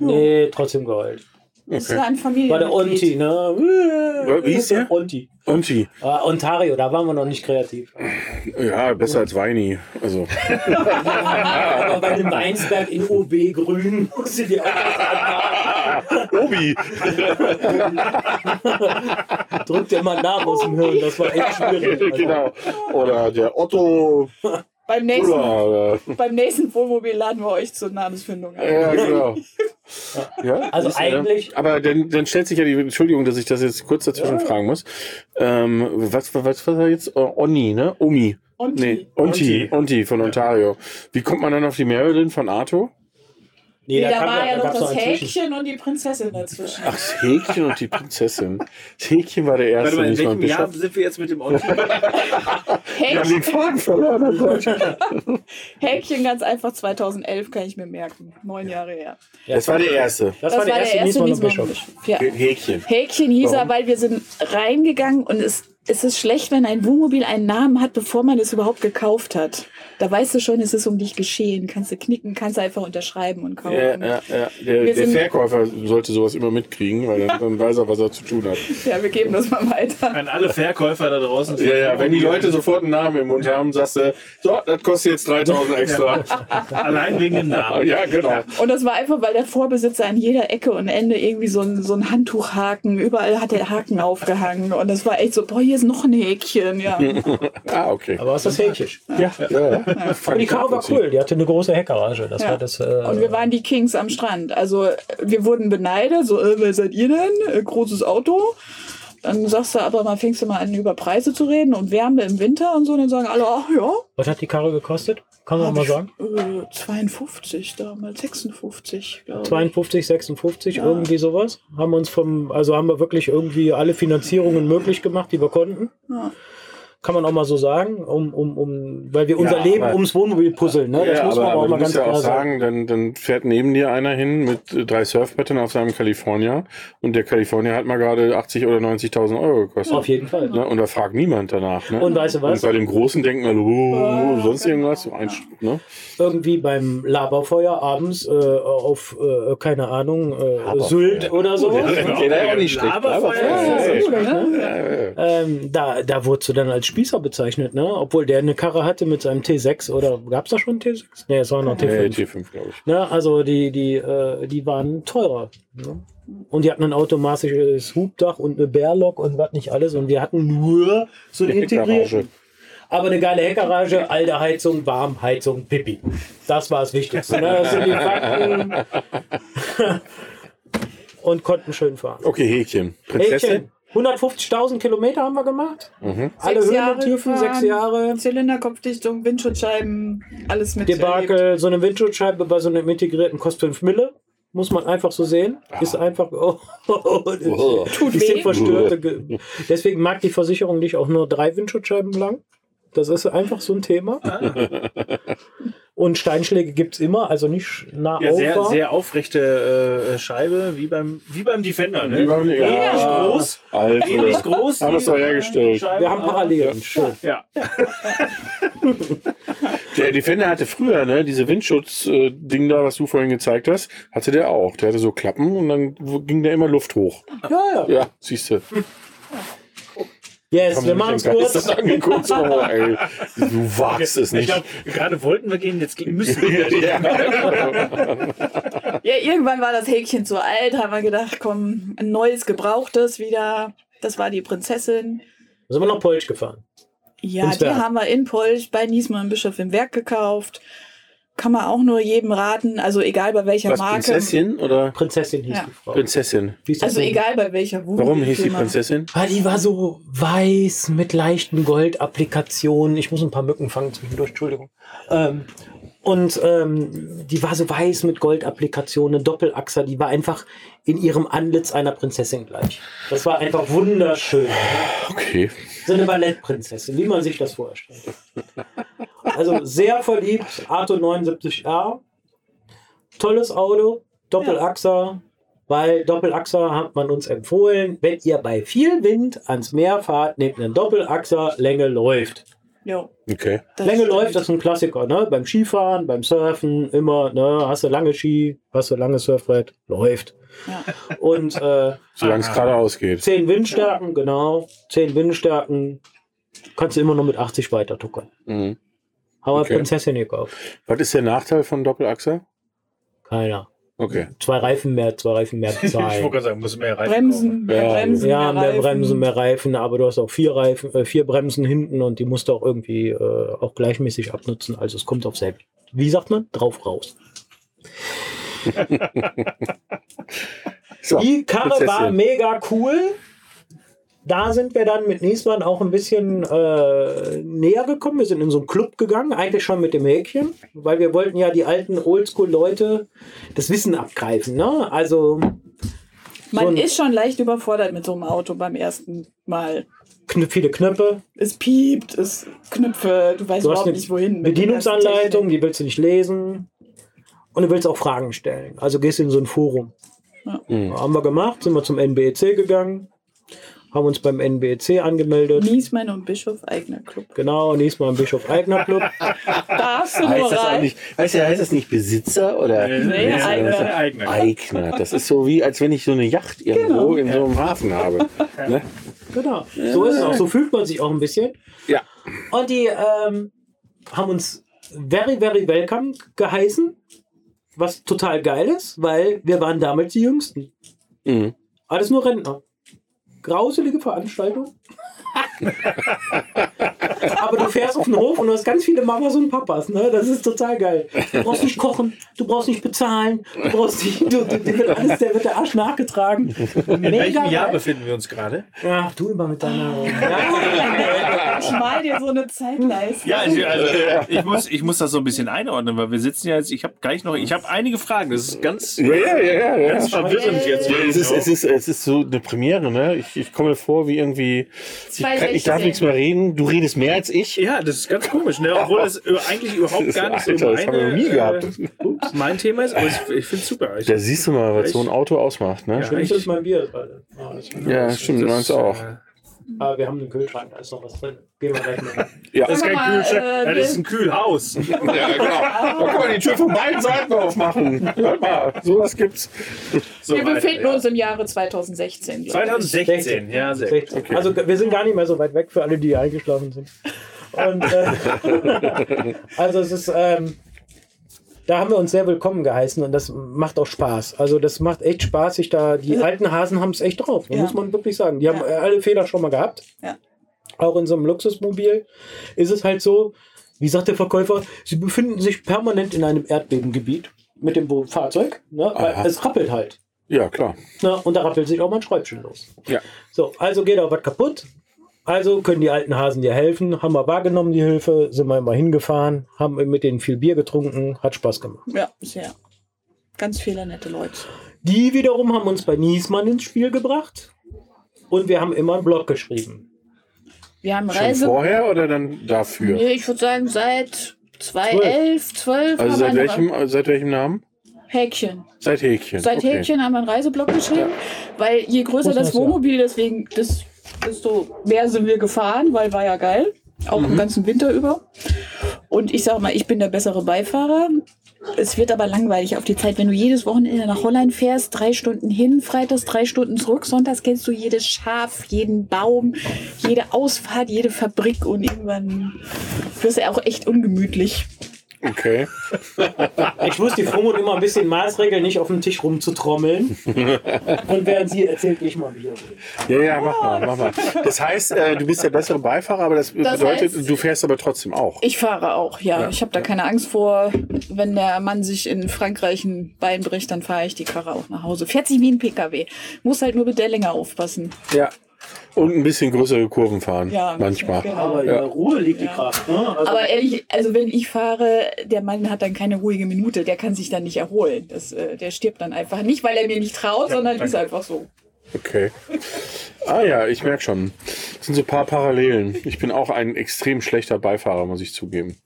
F: Nee, trotzdem geheult.
E: Das
A: Okay.
E: war ein Familien.
F: War der Onti, ne?
A: Wie hieß der?
F: Onti.
A: Onti.
F: Ah, Ontario, da waren wir noch nicht kreativ.
A: Ja, besser als Weini. Also,
F: Aber bei dem Weinsberg in OB Grün musste die
A: Obi!
F: drückt dir immer nach aus dem Hirn. Das war echt schwierig. Also,
A: genau. Oder der Otto.
E: Beim nächsten,
A: Oder,
E: beim nächsten Wohnmobil laden wir euch zur Namensfindung ein.
A: ja, genau. Ja,
F: Also
A: siehst du, ne?
F: eigentlich-
A: Aber dann, dann stellt sich ja die. Entschuldigung, dass ich das jetzt kurz dazwischen fragen muss. Ähm, was, was, was war jetzt? Oh, Onni, ne? Omi.
E: Und
A: Nee, Onti. Onti von Ontario. Wie kommt man dann auf die Marilyn von Arto?
F: Nee,
E: da,
F: kam
E: war ja noch
F: gab's
E: das
F: einen Zwischen-
E: Häkchen und die Prinzessin dazwischen.
A: Ach, das Häkchen und die Prinzessin. Das Häkchen war der erste,
H: Warte mal, in
A: nicht mal
H: welchem
A: ein
H: Jahr
A: Bischof.
H: sind wir jetzt mit dem Auto?
A: Wir haben den
E: Häkchen,
A: Faden verloren, oh Gott.
E: Häkchen ganz einfach 2011 kann ich mir merken. Neun Jahre her.
A: Das war der erste.
F: Das, war der erste, erste Niesmann und
E: Niesmann-
F: Bischof.
E: Ja.
A: Häkchen.
E: Häkchen hieß er, weil wir sind reingegangen und es, es ist schlecht, wenn ein Wohnmobil einen Namen hat, bevor man es überhaupt gekauft hat. Da weißt du schon, es ist um dich geschehen. Kannst du knicken, kannst du einfach unterschreiben und kaufen.
A: Ja, ja, ja. Der, der
E: sind-
A: Verkäufer sollte sowas immer mitkriegen, weil dann, dann weiß er, was er zu tun hat.
E: Ja, wir geben das mal weiter.
G: An alle Verkäufer da draußen.
A: Ja, ja, wenn die Leute sofort einen Namen im Mund haben, sagst du, so, das kostet jetzt 3000 extra.
G: Allein wegen dem Namen.
A: Ja, genau.
E: Und das war einfach, weil der Vorbesitzer an jeder Ecke und Ende irgendwie so ein, so ein Handtuchhaken, überall hat er Haken aufgehangen. Und das war echt so, boah, hier ist noch ein Häkchen. Ja.
A: Ah, okay.
F: Aber was ist das Häkchen?
A: Ja, ja, ja.
F: Aber die Karre war cool, die hatte eine große Heckgarage. Das
E: Ja.
F: war das. Äh,
E: Und wir waren die Kings am Strand. Also äh, wir wurden beneidet, so, äh, wer seid ihr denn? Äh, großes Auto. Dann sagst du aber mal, fängst du mal an, über Preise zu reden und Wärme im Winter und so. Dann sagen alle, ach ja.
F: was hat die Karre gekostet? Kann man
E: Hab
F: mal
E: ich,
F: sagen?
E: Äh, 52 damals, 56, glaube ich.
F: 52, 56, irgendwie sowas. Haben uns vom, also haben wir wirklich irgendwie alle Finanzierungen möglich gemacht, die wir konnten.
E: Ja.
F: Kann man auch mal so sagen, um, um, um, weil wir unser
A: Ja,
F: Leben
A: aber-
F: ums Wohnmobil puzzeln. Ne? Das
A: Ja,
F: muss
A: aber,
F: man
A: aber
F: auch
A: du
F: mal ganz
A: musst ja
F: klar
A: auch
F: sagen.
A: sagen, dann, dann fährt neben dir einer hin mit äh, drei Surfbrettern auf seinem California und der California hat mal gerade 80 oder 90.000 Euro gekostet.
F: Auf jeden Fall.
A: Ne? Und da fragt niemand danach. Ne?
F: Und weißt du was?
A: Und bei dem Großen denken alle, oh, sonst irgendwas. So ein, ne?
F: Irgendwie beim Laberfeuer abends äh, auf, äh, keine Ahnung, äh, Sylt oder so.
A: der auch nicht schlecht. Aber
E: ist gut, ne?
F: Ähm, da, da wurdest du dann als Spießer bezeichnet, ne? Obwohl der eine Karre hatte mit seinem T6 oder gab's da schon einen T6? Ne, es war noch T5.
A: Nee, T5, glaube ich.
F: Ne, also die, die, äh, die waren teurer. Ne? Und die hatten ein automatisches Hubdach und eine Bärlok und was nicht alles. Und wir hatten nur so eine integrierte.
A: Heckgarage.
F: Aber eine geile Heckgarage, alte Heizung, warm, Heizung, Pipi. Das war das Wichtigste. Ne? Das sind die Fakten. und konnten schön fahren.
A: Okay, Häkchen. Oh, Prinzessin?
F: Mädchen, 150.000 Kilometer haben wir gemacht. Alle
E: Sechs
F: Höhen
E: Jahre
F: und Tiefen,
E: gefahren.
F: sechs Jahre.
E: Zylinderkopfdichtung, Windschutzscheiben, alles mit. erlebt.
F: Debakel, so eine Windschutzscheibe bei so einem integrierten kostet 5 Mille. Muss man einfach so sehen. Ist einfach. Oh, die sind
E: weh.
F: verstörte. Ge Deswegen mag die Versicherung nicht auch nur drei Windschutzscheiben lang. Das ist einfach so ein Thema. Und Steinschläge gibt es immer, also nicht nah
G: Ja, sehr,
F: auffahren.
G: sehr aufrechte äh, Scheibe, wie beim, wie beim Defender. Ne?
A: Wie beim- ja.
G: Ähnlich groß.
A: Alter.
G: Ähnlich groß.
A: Haben wir's doch hergestellt.
F: Wir haben Parallelen. Schön.
G: Ja.
A: Der Defender hatte früher, ne, diese Windschutz-Ding da, was du vorhin gezeigt hast, hatte der auch. Der hatte so Klappen und dann w- ging da immer Luft hoch.
F: Ja, ja.
A: Ja, siehst du.
F: Yes, wir machen es kurz.
A: angeguckt. Oh, ey. Du wagst es
G: Ich
A: nicht.
G: glaube, gerade wollten wir gehen, jetzt gehen müssen wir.
E: Ja, irgendwann war das Häkchen zu alt, haben wir gedacht, komm, ein neues Gebrauchtes wieder. Das war die Prinzessin.
F: Da sind wir nach Polch gefahren.
E: Ja,
F: Ins
E: die
F: Werk.
E: haben wir in Polch bei Niesmann Bischof im Werk gekauft. Kann man auch nur jedem raten, also egal bei welcher
A: Was,
E: Marke.
A: Prinzessin oder?
F: Prinzessin hieß
E: Ja.
F: die Frau.
A: Prinzessin.
F: Wie ist das
E: Also
F: denn?
E: egal bei welcher Wucht.
A: Warum hieß die Prinzessin?
F: Ah, die war so weiß mit leichten Goldapplikationen. Ich muss ein paar Mücken fangen zwischendurch, Entschuldigung. Ähm, und ähm, die war so weiß mit Goldapplikationen, eine Doppelachser, die war einfach in ihrem Antlitz einer Prinzessin gleich. Das war einfach wunderschön.
A: Okay.
F: So eine Ballettprinzessin, wie man sich das vorstellt. Also sehr verliebt, Arto 79R. Tolles Auto, Doppelachser, weil Doppelachser hat man uns empfohlen. Wenn ihr bei viel Wind ans Meer fahrt, nehmt einen Doppelachser, Länge läuft.
E: Jo,
A: Okay.
E: das
F: Länge
E: stimmt.
F: läuft, das ist ein Klassiker, ne? Beim Skifahren, beim Surfen, immer, ne? Hast du lange Ski, hast du lange Surfbrett, läuft.
E: Ja.
F: Und äh,
A: Solange es geradeaus geht.
F: Zehn Windstärken, genau. Zehn Windstärken. Kannst du immer nur mit 80 weiter tuckern.
A: Mhm.
F: Haben wir
A: Okay.
F: Prinzessin gekauft.
A: Was ist der Nachteil von Doppelachse?
F: Keiner.
A: Okay.
F: Zwei Reifen mehr, zwei Reifen mehr
G: Ich wollte
F: bezahlen.
G: gerade sagen, müssen mehr Reifen kaufen.
E: Bremsen, mehr
A: Ja,
E: Bremsen,
F: ja, mehr
E: Reifen.
F: Bremsen, mehr Reifen, aber du hast auch vier Reifen, äh, vier Bremsen hinten und die musst du auch irgendwie äh, auch gleichmäßig abnutzen. Also es kommt auf selbe. Wie sagt man? Drauf raus.
A: So,
F: Die Karre war
A: Prinzessin.
F: mega cool. Da sind wir dann mit Niesmann auch ein bisschen äh, näher gekommen. Wir sind in so einen Club gegangen, eigentlich schon mit dem Häkchen, weil wir wollten ja die alten Oldschool-Leute das Wissen abgreifen. Ne? Also
E: Man
F: So ein-
E: ist schon leicht überfordert mit so einem Auto beim ersten Mal.
F: kn viele Knöpfe,
E: Es piept, es Knöpfe, du weißt
F: Du hast
E: überhaupt
F: eine
E: nicht wohin. mit der ganzen
F: Bedienungsanleitung,
E: Technik.
F: die willst du nicht lesen. Und du willst auch Fragen stellen. Also gehst in so ein Forum.
A: Mhm.
F: Haben wir gemacht, sind wir zum NBEC gegangen, haben uns beim NBEC angemeldet.
E: Niesmann und Bischof eigener Club.
F: Genau, nächstes Mal im Bischof Eigner Club.
E: Darfst du nur rein?
A: heißt, das- heißt das nicht Besitzer oder
G: Äh,
E: Nee,
A: Ja,
E: Eigner.
A: das ist ja
G: Eigner.
A: Eigner? Das ist so wie, als wenn ich so eine Yacht
G: Genau.
A: irgendwo in so einem Hafen habe. Ne?
F: Genau, so ist es auch. So fühlt man sich auch ein bisschen.
A: Ja.
F: Und die ähm, haben uns very, very welcome geheißen, was total geil ist, weil wir waren damals die Jüngsten.
A: Mhm.
F: Alles nur Rentner. Grauselige Veranstaltung. Aber du fährst auf den Hof und du hast ganz viele Mamas und Papas. Ne? Das ist total geil. Du brauchst nicht kochen, du brauchst nicht bezahlen, du brauchst nicht, du, du, dir wird alles, der wird der Arsch nachgetragen.
G: In welchem Jahr
F: geil.
G: befinden wir uns gerade?
F: Ach, du immer mit deiner. Ja.
E: Ich mal dir so eine Zeitleiste.
G: Ja, also, also ich, muss, ich muss das so ein bisschen einordnen, weil wir sitzen ja jetzt, ich habe gleich noch, ich habe einige Fragen. Das ist ganz,
A: Ja, ja, ja, ja.
G: ganz verwirrend jetzt.
A: Es ist, es, ist, es ist so eine Premiere, ne? Ich, ich komme mir vor wie irgendwie, ich, kann, ich darf
E: 2016.
A: nichts mehr reden, du redest mehr als ich.
G: ja, das ist ganz komisch, ne? obwohl es äh, eigentlich überhaupt gar nicht so
A: Alter, das haben wir noch
G: meine,
A: nie gehabt.
G: äh, mein Thema ist, aber ich, ich finde es super. Ich,
A: Da siehst du mal, was so ein Auto ausmacht, ne?
F: Ich ist mein Bier gerade. Ah, das-
A: Ja, stimmt, meins auch.
G: äh,
F: Ah, wir haben einen Kühlschrank, da ist noch was drin. Gehen wir gleich mal. rein.
A: Ja,
G: Das ist kein
E: Sag mal,
G: Kühlschrank,
E: äh,
G: das
E: wir-
G: ist ein Kühlhaus.
A: ja genau. Da kann man die Tür von beiden Seiten aufmachen. Hört mal, sowas gibt's.
G: So
E: wir
G: weit,
E: befinden
G: ja.
E: uns im Jahre 2016. glaub ich.
G: 2016, ja, sehr gut.
F: 16. Also wir sind gar nicht mehr so weit weg für alle, die eingeschlafen sind. Und, äh, also es ist, ähm, da haben wir uns sehr willkommen geheißen und das macht auch Spaß. Also das macht echt Spaß, sich da, die alten Hasen haben es echt drauf,
E: Also, Ja.
F: muss man wirklich sagen. Die haben
E: Ja.
F: äh, alle Fehler schon mal gehabt.
E: Ja.
F: Auch in so einem Luxusmobil ist es halt so, wie sagt der Verkäufer, sie befinden sich permanent in einem Erdbebengebiet mit dem Bo- Fahrzeug, ne?
A: Aha.
F: weil es rappelt halt.
A: Ja, klar.
F: Na, und da rappelt sich auch mal ein Schräubchen los.
A: Ja.
F: So, also geht auch was kaputt. Also können die alten Hasen dir helfen. Haben wir wahrgenommen, die Hilfe. Sind wir immer hingefahren. Haben mit denen viel Bier getrunken. Hat Spaß gemacht.
E: Ja, sehr. Ganz viele nette Leute.
F: Die wiederum haben uns bei Niesmann ins Spiel gebracht. Und wir haben immer einen Blog geschrieben.
E: Wir haben
A: Schon
E: Reise.
A: vorher oder dann dafür?
E: Also- Nee, ich würde sagen, seit 2011, 12
A: Also
E: haben
A: seit
E: wir einen
A: welchem, seit welchem Namen?
E: Ra- Häkchen.
A: Seit Häkchen.
E: Seit
A: okay.
E: Häkchen haben wir einen Reiseblock geschrieben, weil je größer
F: Muss
E: das
F: man's, ja.
E: Wohnmobil, deswegen, des- desto mehr sind wir gefahren, weil war ja geil. Auch den ganzen Winter über. Und ich sag mal, ich bin der bessere Beifahrer. Es wird aber langweilig auf die Zeit, wenn du jedes Wochenende nach Holland fährst, drei Stunden hin, freitags drei Stunden zurück, sonntags kennst du jedes Schaf, jeden Baum, jede Ausfahrt, jede Fabrik und irgendwann wirst du auch echt ungemütlich.
A: Okay.
F: Ich wusste die Fromut immer ein bisschen Maßregeln nicht auf dem Tisch rumzutrommeln. Und während sie erzählt, ich mal wieder.
A: Ja, ja, mach mal, mach mal. Das heißt, äh, du bist der bessere Beifahrer, aber das,
E: Das
A: bedeutet,
E: heißt-
A: du fährst aber trotzdem auch.
E: Ich fahre auch, ja. ich habe da keine Angst vor. Wenn der Mann sich in Frankreich ein Bein bricht, dann fahre ich die Karre auch nach Hause. Fährt sie wie ein Pkw. Muss halt nur mit der Länge aufpassen.
A: Ja. Und ein bisschen größere Kurven fahren.
E: Ja,
A: manchmal.
E: genau.
F: Aber in der Ruhe liegt die Kraft. Ne? Also
E: Aber ehrlich, also wenn ich fahre, der Mann hat dann keine ruhige Minute. Der kann sich dann nicht erholen. Das, äh, der stirbt dann einfach. Nicht, weil er mir nicht traut, sondern ist einfach so.
A: Okay. Ah ja, ich merke schon. Das sind so ein paar Parallelen. Ich bin auch ein extrem schlechter Beifahrer, muss ich zugeben.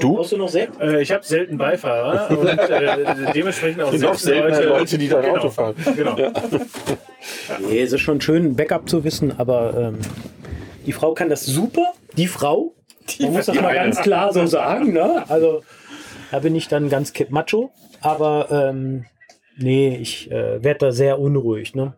F: du? Hast du noch Sekt?
B: Äh, ich habe selten Beifahrer und äh, dementsprechend auch
A: Sind auch seltener Leute, die dann
B: genau,
A: Auto fahren.
B: Genau.
F: Nee, es ist schon schön, ein Backup zu wissen, aber ähm, die Frau kann das super. Die Frau, man muss das mal ganz klar so sagen. Ne? Also da bin ich dann ganz kipp macho. Aber ähm, nee, ich äh, werde da sehr unruhig. Ne?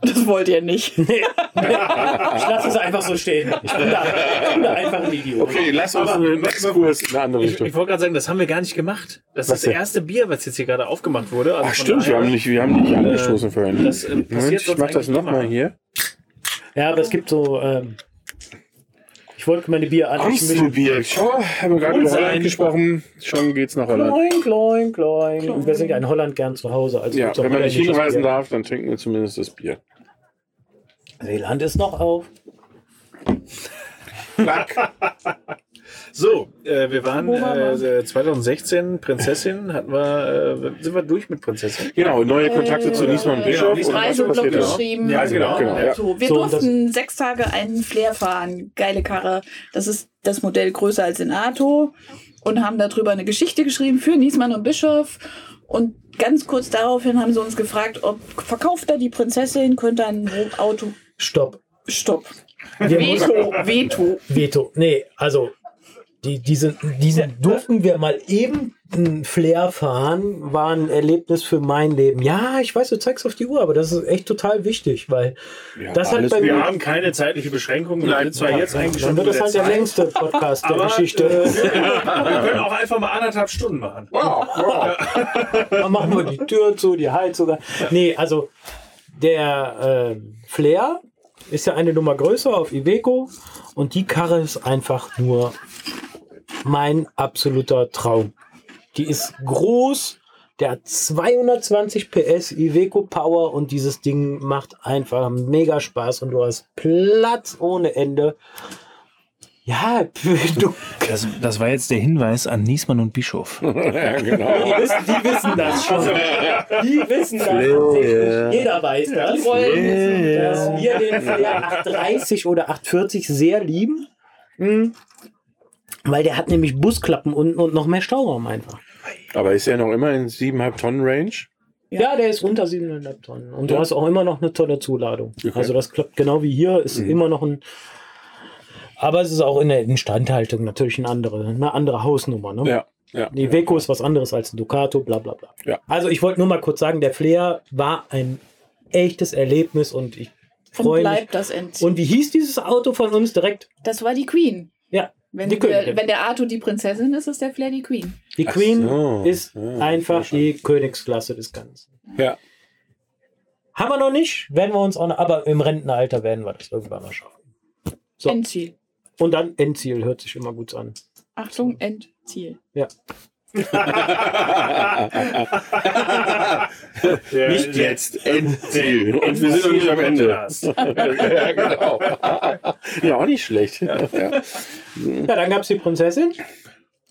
E: Das wollt ihr nicht.
F: Ich lasse es einfach so stehen. Ich bin da, ich bin da einfach ein Idiot.
A: Okay, lass uns
B: Aber-
A: einen Exkurs in eine andere
B: Ich,
A: Richtung.
B: ich wollte gerade sagen, das haben wir gar nicht gemacht.
A: Was
B: Das ist das
A: denn?
B: erste Bier, was jetzt hier gerade aufgemacht wurde. Also
A: Ach
B: von
A: stimmt, wir
B: daher-
A: haben nicht, wir haben nicht angestoßen vorhin.
B: Äh, das, äh, passiert
A: Moment, ich
B: sonst
A: mach das
B: eigentlich
A: nochmal
B: immer.
A: hier.
F: Ja, aber es gibt so. Ähm, ich wollte meine Bier an. Ich mische-
A: Amstelbier. Schau, haben wir gerade
B: Und
A: über Holland
B: sein.
A: gesprochen. Schon geht's nach Holland.
F: Kloing, kloing, kloing. Und wir sind ja in Holland gern zu Hause. Also
A: Ja,
F: gibt's auch
A: wenn man nicht
F: holländisches
A: hinreisen
F: Bier.
A: darf, dann trinken wir zumindest das Bier.
F: Seeland ist noch auf.
A: Klack.
B: So, äh, wir waren äh, 2016 Prinzessin. Hatten wir, äh, sind wir durch mit Prinzessin?
A: Genau,
E: Äh,
A: neue Kontakte zu Niesmann Bischof.
B: genau.
A: und was
E: Reiseblog
A: passiert da?
E: geschrieben.
B: Ja,
A: genau, genau, ja.
E: So, wir
F: So, und
E: durften sechs Tage einen Flair fahren. Geile Karre. Das ist das Modell größer als in Ato. Und haben darüber eine Geschichte geschrieben für Niesmann und Bischof. Und ganz kurz daraufhin haben sie uns gefragt, ob verkauft er die Prinzessin, könnte ein Auto.
F: Stopp.
E: Stopp.
F: Wir mussten,
E: Veto, Veto.
F: Veto. Nee, also die, diese, diese durften wir mal eben einen Flair fahren, war ein Erlebnis für mein Leben. Ja, ich weiß, du zeigst auf die Uhr, aber das ist echt total wichtig, weil das hat
A: alles-
F: bei
B: Wir
F: mir.
B: haben keine zeitliche Beschränkung. Wir sind zwar jetzt eigentlich schon
F: Dann wird das
B: wieder
F: halt der
B: Zeit,
F: längste Podcast der
B: aber,
F: Geschichte.
B: äh, wir können auch einfach mal anderthalb Stunden machen.
A: Oh,
F: Dann machen wir die Tür zu, die Heizung. Nee, also der ähm, Flair ist ja eine Nummer größer auf Iveco und die Karre ist einfach nur mein absoluter Traum. Die ist groß, der hat 220 PS Iveco Power und dieses Ding macht einfach mega Spaß und du hast Platz ohne Ende. Ja, du
G: Das, das war jetzt der Hinweis an Niesmann und Bischof.
A: Ja, genau.
F: Die wissen, die wissen das schon. Die wissen das tatsächlich. Jeder weiß das. Die wollen wissen, dass wir den Flair 830 oder 840 sehr lieben. Mhm. Weil der hat nämlich Busklappen unten und noch mehr Stauraum einfach.
A: Aber ist er noch immer in 7,5 Tonnen Range?
F: Ja, der ist unter 700 Tonnen. Und du hast auch immer noch eine tolle Zuladung.
A: Okay.
F: Also das klappt genau wie hier, ist immer noch ein. Aber es ist auch in der Instandhaltung natürlich eine andere, eine andere Hausnummer. Ne?
A: Ja, ja.
F: Die Iveco ist was anderes als ein Ducato, bla bla bla.
A: Ja.
F: Also ich wollte nur mal kurz sagen, der Flair war ein echtes Erlebnis und ich
E: Und
F: freue mich.
E: bleibt das End.
F: Und wie hieß dieses Auto von uns direkt?
E: Das war die Queen.
F: Ja,
E: Wenn,
F: die
E: wir,
F: Königin.
E: wenn der Arthur die Prinzessin ist, ist der Flair die Queen.
F: Die
A: Ach
F: Queen
A: so.
F: ist
A: Ja,
F: einfach die Königsklasse des Ganzen.
A: Ja.
F: Haben wir noch nicht, werden wir uns auch noch, aber im Rentenalter werden wir das irgendwann mal schaffen. So.
E: Endziel.
F: Und dann Endziel, hört sich immer gut an.
E: Achtung, Endziel.
F: Ja.
A: Nicht jetzt, Endziel. Und wir sind noch nicht am Ende. ja, genau. ja, auch nicht schlecht. Ja.
F: ja, dann gab es die Prinzessin.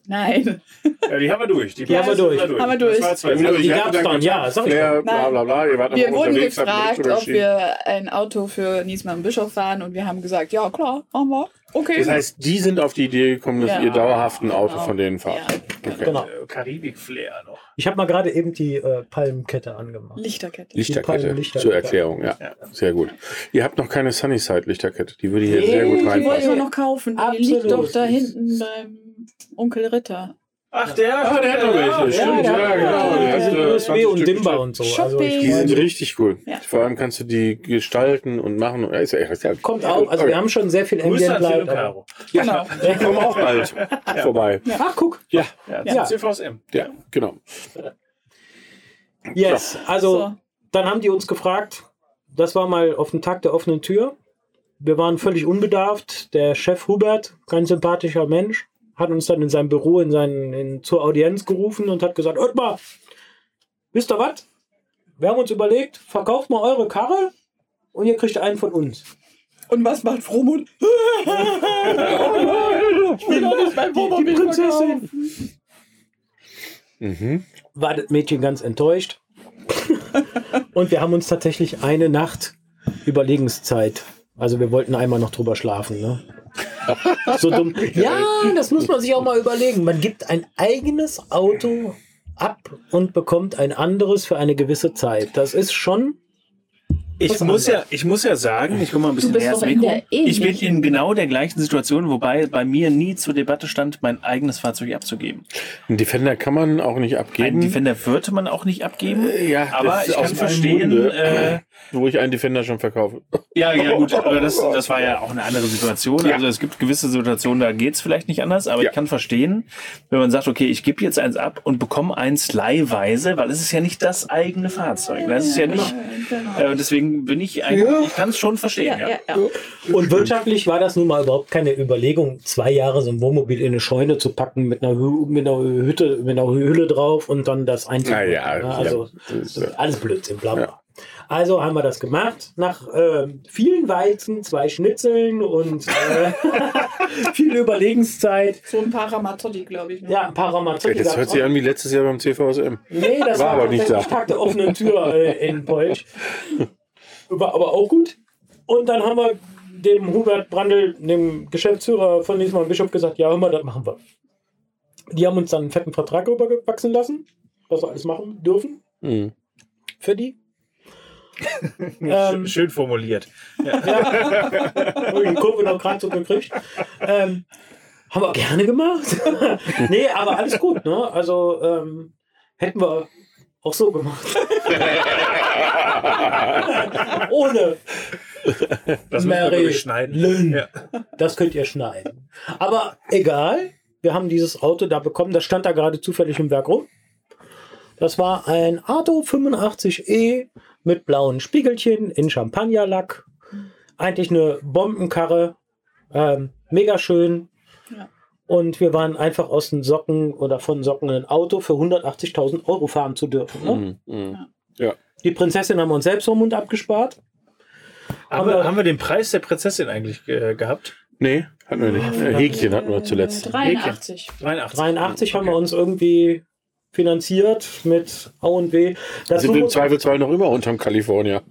E: Nein.
B: Ja, die haben wir durch. Die,
F: haben wir durch.
E: Haben wir durch.
B: Das war
F: Also
B: jetzt-
F: die gab's
A: dann
F: dann, ja, sag ich
A: Ja, bla bla bla. Ihr wart
E: Wir
A: noch
E: wurden
A: unterwegs, habt eine
E: gefragt,
A: Broschüre
E: ob
A: geschrieben.
E: wir ein Auto für Niesmann Bischof fahren und wir haben gesagt, ja klar, machen wir. Okay.
A: Das heißt, die sind auf die Idee gekommen, dass
E: Ja.
A: ihr dauerhaft ein Auto
E: Genau.
A: von denen fahrt.
E: Ja.
A: Okay.
F: Genau.
B: äh, Karibik-Flair noch.
F: Ich habe mal gerade eben die äh, Palmenkette angemacht.
E: Lichterkette.
A: Lichterkette,
F: Lichterkette.
A: zur Erklärung, ja. Sehr gut. Ihr habt noch keine Sunnyside-Lichterkette. Die würde hier sehr
F: Nee,
A: gut
E: Die wollten wir
A: reinpassen.
E: noch kaufen. Die
F: Absolut.
E: liegt doch da hinten beim Onkel Ritter.
B: Ach, der,
A: Ah, der hat noch welche. Stimmt,
F: der
A: ja,
F: hat-
A: genau.
F: ja,
A: Der hat, äh,
F: USB
A: 20
F: und
A: Stück
F: Dimba
A: bestellt.
F: und so. Also ich,
E: Shopping.
A: Die sind richtig cool.
E: Ja.
A: Vor allem kannst du die gestalten und machen. Ja, ist ja, ist ja
F: kommt auch. Also wir haben schon sehr viel
B: Grüße
F: Ambient
B: an Philipp
F: Light.
B: Caro.
F: aber-
A: ja, die kommen auch bald vorbei.
F: Ach, guck.
A: Ja,
B: Ja,
F: Ja.
B: CVSM.
A: ja, genau.
F: Yes. Also
E: So.
F: dann haben die uns gefragt, das war mal auf dem Tag der offenen Tür. Wir waren völlig unbedarft. Der Chef Hubert, ganz sympathischer Mensch, hat uns dann in seinem Büro in seinen, in, zur Audienz gerufen und hat gesagt, hört mal, wisst ihr was? Wir haben uns überlegt, verkauft mal eure Karre und ihr kriegt einen von uns.
E: Und was macht Frohmund? ich will doch nicht mein
F: Die, die
E: Wohnmobil verkaufen.
F: Prinzessin.
A: Mhm.
F: War das Mädchen ganz enttäuscht. und wir haben uns tatsächlich eine Nacht Überlegenszeit. Also wir wollten einmal noch drüber schlafen. Ne? so dumm. Ja, das muss man sich auch mal überlegen. Man gibt ein eigenes Auto ab und bekommt ein anderes für eine gewisse Zeit. Das ist schon.
G: Ich muss, ja, ich muss ja sagen, ich komme mal ein bisschen
E: bist
G: näher
E: doch
G: ans
E: in
G: Mikro.
E: der
G: Ich bin
E: ähnlichen-
G: in genau der gleichen Situation, wobei bei mir nie zur Debatte stand, mein eigenes Fahrzeug abzugeben.
A: Einen Defender kann man auch nicht
G: Einen
A: abgeben. Äh,
G: Defender würde man auch nicht abgeben,
A: ja,
G: aber
A: das ist
G: ich kann
A: aus meinem
G: verstehen,
A: Munde.
G: äh,
A: wo ich einen Defender schon verkaufe.
G: Ja, ja, gut, aber das, das war ja auch eine andere Situation. Also es gibt gewisse Situationen, da geht's vielleicht nicht anders, aber
A: Ja.
G: ich kann verstehen, wenn man sagt, okay, ich gebe jetzt eins ab und bekomme eins leihweise, weil es ist ja nicht das eigene Fahrzeug. Das ist ja nicht. Äh, deswegen bin ich eigentlich, ich kann es schon verstehen.
E: genau. Ja,
G: Ja,
E: ja, ja.
F: Und wirtschaftlich war das nun mal überhaupt keine Überlegung, zwei Jahre so ein Wohnmobil in eine Scheune zu packen mit einer, Hü- mit einer Hütte, mit einer Hülle drauf und dann das einzubauen.
A: Naja,
F: ne?
A: Ah ja.
F: also
A: Das ist,
F: das
A: äh,
F: ist alles Blödsinn, bla bla. Also haben wir das gemacht. Nach ähm, vielen Weizen, zwei Schnitzeln und äh, viel Überlegenszeit.
E: So ein paar Ramazzotti, glaube ich. ne?
F: Ja, ein paar Ramazzotti.
A: Das hört sich an wie letztes Jahr beim CVSM.
F: Nee, das
A: War
F: war,
A: aber nicht
F: tatsächlich
A: da.
F: Tag der offenen Tür äh, in Polch. War aber auch gut. Und dann haben wir dem Hubert Brandl, dem Geschäftsführer von diesmal Bischof, gesagt, ja, hör mal, das machen wir. Die haben uns dann einen fetten Vertrag rüberwachsen lassen, was wir alles machen dürfen
A: Mhm.
F: für die. ähm,
B: Schön formuliert.
F: Habe ich einen Kumpel noch gerade so gekriegt. Ähm, haben wir gerne gemacht. nee, aber alles gut, ne? Also ähm, hätten wir auch so gemacht. Ohne.
B: Das müssen wir
F: Mary
B: wirklich schneiden.
F: Lynn.
B: Ja.
F: Das könnt ihr schneiden. Aber egal, wir haben dieses Auto da bekommen. Das stand da gerade zufällig im Werk rum. Das war ein Arto 85e mit blauen Spiegelchen in Champagnerlack. Eigentlich eine Bombenkarre. Ähm, mega schön.
E: Ja.
F: Und wir waren einfach aus den Socken oder von Socken ein Auto für 180.000 Euro fahren zu dürfen. Ne?
A: Mhm. Mhm.
F: Die Prinzessin haben wir uns selbst vom Mund abgespart.
B: Haben, wir,
F: Aber-
B: haben wir den Preis der Prinzessin eigentlich äh, gehabt?
A: Nee, hatten wir nicht. Äh, Häkchen hatten wir
E: Äh,
A: zuletzt.
E: 83.
B: 83.
F: 83
A: Hm,
F: haben wir uns irgendwie finanziert mit A und B. Das
A: Sind Also wir im
F: so-
A: Zweifelsfall noch immer unterm California.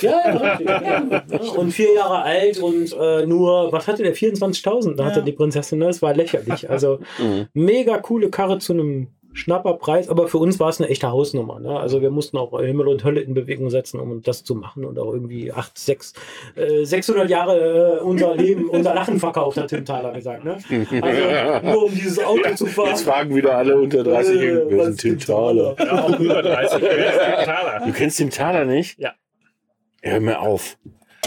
F: ja, ja, richtig, ja, ja. Und vier Jahre alt und äh, nur, was hatte der? 24.000 hatte
E: Ja.
F: die Prinzessin. ne? Das war lächerlich. Also
A: Mhm.
F: mega coole Karre zu einem Schnapperpreis, aber für uns war es eine echte Hausnummer. Ne? Also wir mussten auch Himmel und Hölle in Bewegung setzen, um das zu machen und auch irgendwie acht, sechs, äh, 600 Jahre äh, unser Leben, unser Lachen verkauft, hat Tim Thaler gesagt. Ne? Also nur um dieses Auto zu fahren.
A: Jetzt fragen wieder alle unter 30
F: Äh,
A: Jahre, wir sind Tim Thaler.
B: Ja, auch über 30. Wer ist Taler?
A: Du kennst Tim Thaler nicht?
B: Ja.
A: Hör mir auf.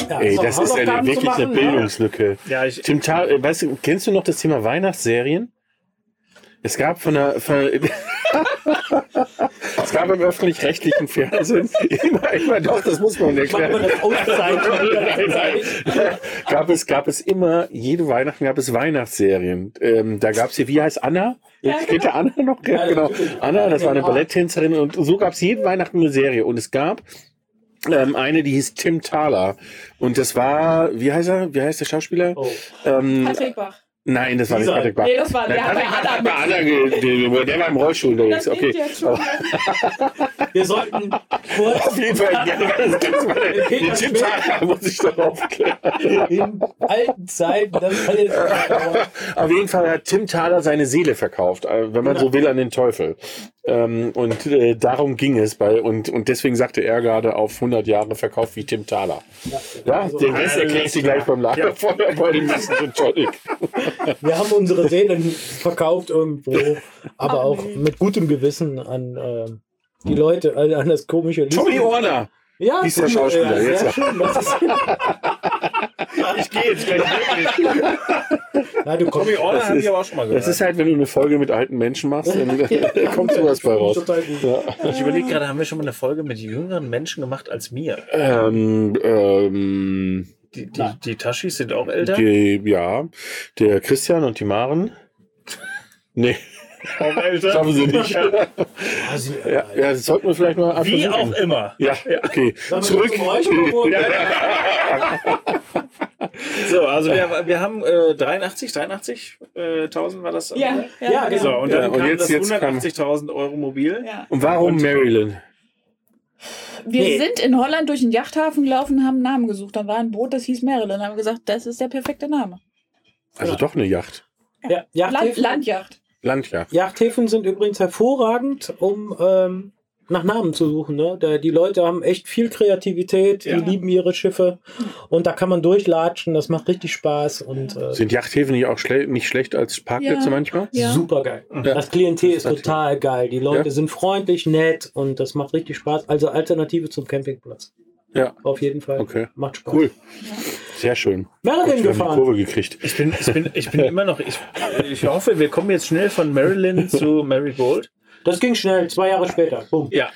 F: Ja,
A: Ey,
F: so,
A: das ist
F: Hausaufgaben
A: eine,
F: zu
A: wirklich eine
F: machen, ne?
A: Bildungslücke.
B: Ja, ich,
A: Tim Tal, äh, weißt du, kennst du noch das Thema Weihnachtsserien? Es gab von der, von es gab im öffentlich-rechtlichen Fernsehen immer, immer doch, das muss man
F: Macht man
A: erklären.
F: das auszeichnen?
A: gab es, gab es immer, jede Weihnachten gab es Weihnachtsserien. Ähm, da gab es hier, wie heißt Anna? Kennt ihr Anna noch? Ja, genau. Anna, das war eine Balletttänzerin und so gab es jeden Weihnachten eine Serie. Und es gab ähm, eine, die hieß Tim Thaler. Und das war, wie heißt er? Wie heißt der Schauspieler?
F: Oh.
A: Ähm,
E: Patrick Bach.
A: Nein, das war nicht
F: Dieser.
A: Patrick Bach.
E: Nee, das war-
A: Nein,
E: der hat
A: Patrick
E: bei
A: Bach
E: Anna
A: hat bei Anna ge- ge- ge- Der war im Rollstuhl
E: Das
A: unterwegs.
E: okay.
A: Okay. Oh.
E: geht jetzt schon.
F: Wir sollten
A: Auf
F: kurz
A: jeden Fall. ja, das gibt's mal. Den Tim Thaler muss ich doch aufklären.
F: in alten Zeiten, das war jetzt
A: Auf jeden Fall hat Tim Thaler seine Seele verkauft, äh, wenn man so will, an den Teufel. Ähm, und äh, darum ging es bei und, und deswegen sagte er gerade auf 100 Jahre verkauft wie Tim Thaler. Ja, den Rest erklärt sie gleich beim Lager von aber die müssen so Tonic.
F: Wir haben unsere Seelen verkauft irgendwo, aber auch mit gutem Gewissen an ähm, die Leute, also an das komische Lied.
A: Tommy Orner!
F: Ja,
A: Hieß der Schauspieler,
F: ja,
A: jetzt.
F: sehr schön. Das ist,
B: Ich gehe jetzt gleich wirklich.
F: nein, du kommst
B: Tommy Orner
A: Das
B: habe
A: ist-
B: ich aber auch schon mal
A: Das
B: gehört.
A: ist halt, wenn du eine Folge mit alten Menschen machst, dann äh, kommt sowas bei raus.
F: total gut.
B: ich überlege gerade, haben wir schon mal eine Folge mit jüngeren Menschen gemacht als mir?
A: Ähm, ähm,
B: Die, die, die Taschis sind auch älter.
A: die, ja, der Christian und die Maren. Nee,
B: Auch älter.
A: schaffen sie nicht. Ja,
F: Ah, sie-
A: ja, das sollten wir vielleicht mal
B: Wie
A: versuchen.
B: auch immer.
A: Ja, okay.
F: Damit
A: Zurück.
F: zum Räucherbogen.
B: So, also wir, wir haben äh, 83, 83.000 äh, 1000 war das.
E: Ja, ja,
F: Ja,
E: ja,
F: genau.
B: So, und dann
A: Ja, und
B: kam
A: jetzt-
B: das
A: jetzt kam-
B: 180.000 Euro Mobil.
E: ja.
A: Und warum
B: Und-
A: Marilyn?
E: Wir
F: Nee.
E: sind in Holland durch den Yachthafen gelaufen und haben einen Namen gesucht. Dann war ein Boot, das hieß Maryland. Dann haben wir gesagt, das ist der perfekte Name.
A: Also doch eine Yacht.
F: Ja,
E: Land,
F: Yachthäfen,
E: Landjacht.
A: Landjacht.
F: Yachthäfen sind übrigens hervorragend, um ähm, nach Namen zu suchen. Ne? Da, die Leute haben echt viel Kreativität,
B: Ja.
F: die lieben ihre Schiffe und da kann man durchlatschen, das macht richtig Spaß und äh,
A: Sind Yachthäfen nicht auch schle nicht schlecht als Parkplätze
E: Ja.
A: manchmal?
E: Ja.
F: super geil. Das Klientel ist
A: Das ist
F: total geil. Die Leute
A: Ja.
F: sind freundlich, nett und das macht richtig Spaß. Also Alternative zum Campingplatz.
A: Ja.
F: Auf jeden Fall.
A: Okay.
F: Macht Spaß.
A: Cool. Sehr schön.
F: Marilyn
A: Ich habe die
F: gefahren.
A: Kurve gekriegt.
B: Ich bin, ich bin, ich bin immer noch. Ich, ich hoffe, wir kommen jetzt schnell von Marilyn zu Mary Gold.
F: Das ging schnell, zwei Jahre später. Boom.
B: Ja.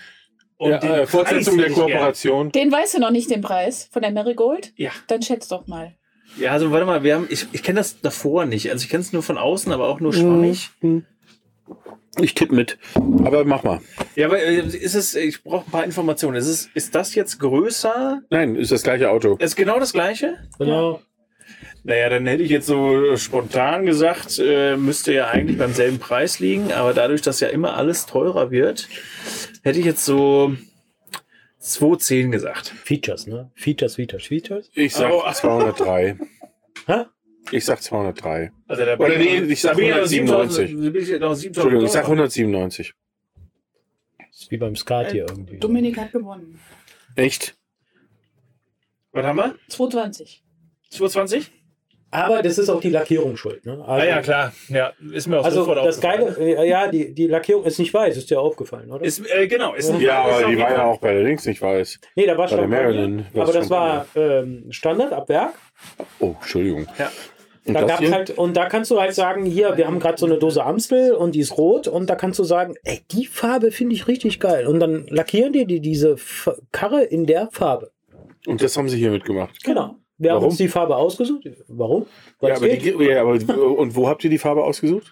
B: Und
A: Ja,
B: den
A: äh, Fortsetzung
B: Preis
A: der
B: hätte ich gern.
A: Kooperation.
E: Den weißt du noch nicht, den Preis von der Marigold?
B: Ja.
E: Dann schätz doch mal.
B: Ja, also warte mal, wir haben, ich, ich kenne das davor nicht. Also ich kenne es nur von außen, aber auch nur schwammig.
A: Ich tippe mit. Aber mach mal.
B: Ja, aber äh, ist es, ich brauche ein paar Informationen. Ist, es, ist das jetzt größer?
A: Nein, ist das gleiche Auto.
B: Ist genau das gleiche?
F: Genau.
B: Naja, dann hätte ich jetzt so äh, spontan gesagt, äh, müsste ja eigentlich beim selben Preis liegen, aber dadurch, dass ja immer alles teurer wird, hätte ich jetzt so 2,10 gesagt.
F: Features, ne? Features, Features, Features.
A: Ich sag
B: Oh.
A: 203.
F: Hä?
A: Ich sag 203.
B: Also da
A: Oder nee, ich sag
B: da bin noch
A: 197.
B: 7.000, da bin ich noch 7.000
A: Entschuldigung, ich sag
B: Euro.
A: 197.
F: Ist wie beim Skat hier irgendwie.
E: Dominik hat gewonnen.
A: Echt?
B: Was haben wir?
E: 220.
B: 220?
F: Aber das ist auch die Lackierung schuld, ne? Also,
B: Ah ja, klar. Ja, ist mir auch
F: Also
B: sofort
F: das
B: aufgefallen.
F: Geile, äh, ja, die, die Lackierung ist nicht weiß, ist dir aufgefallen, oder?
B: Ist, äh, genau, ist
A: Ja,
B: ist
A: aber die war ja
B: egal.
A: auch bei der Links nicht weiß.
F: nee, da war
A: Bei der
F: schon.
A: Marilyn.
F: Aber das war ähm, Standard ab Werk.
A: Oh, Entschuldigung.
B: Ja.
A: Und
F: Da
A: das
F: gab's
A: hier?
F: halt, und da kannst du halt sagen, hier, wir haben gerade so eine Dose Amstel und die ist rot und da kannst du sagen, ey, die Farbe finde ich richtig geil. Und dann lackieren die, die diese F Karre in der Farbe.
A: Und das haben sie hier mitgemacht.
F: Genau. Wir haben
A: Warum?
F: uns die Farbe ausgesucht. Warum? Weil
A: Ja,
F: es
A: aber
F: geht.
A: die, ja, aber, und wo habt ihr die Farbe ausgesucht?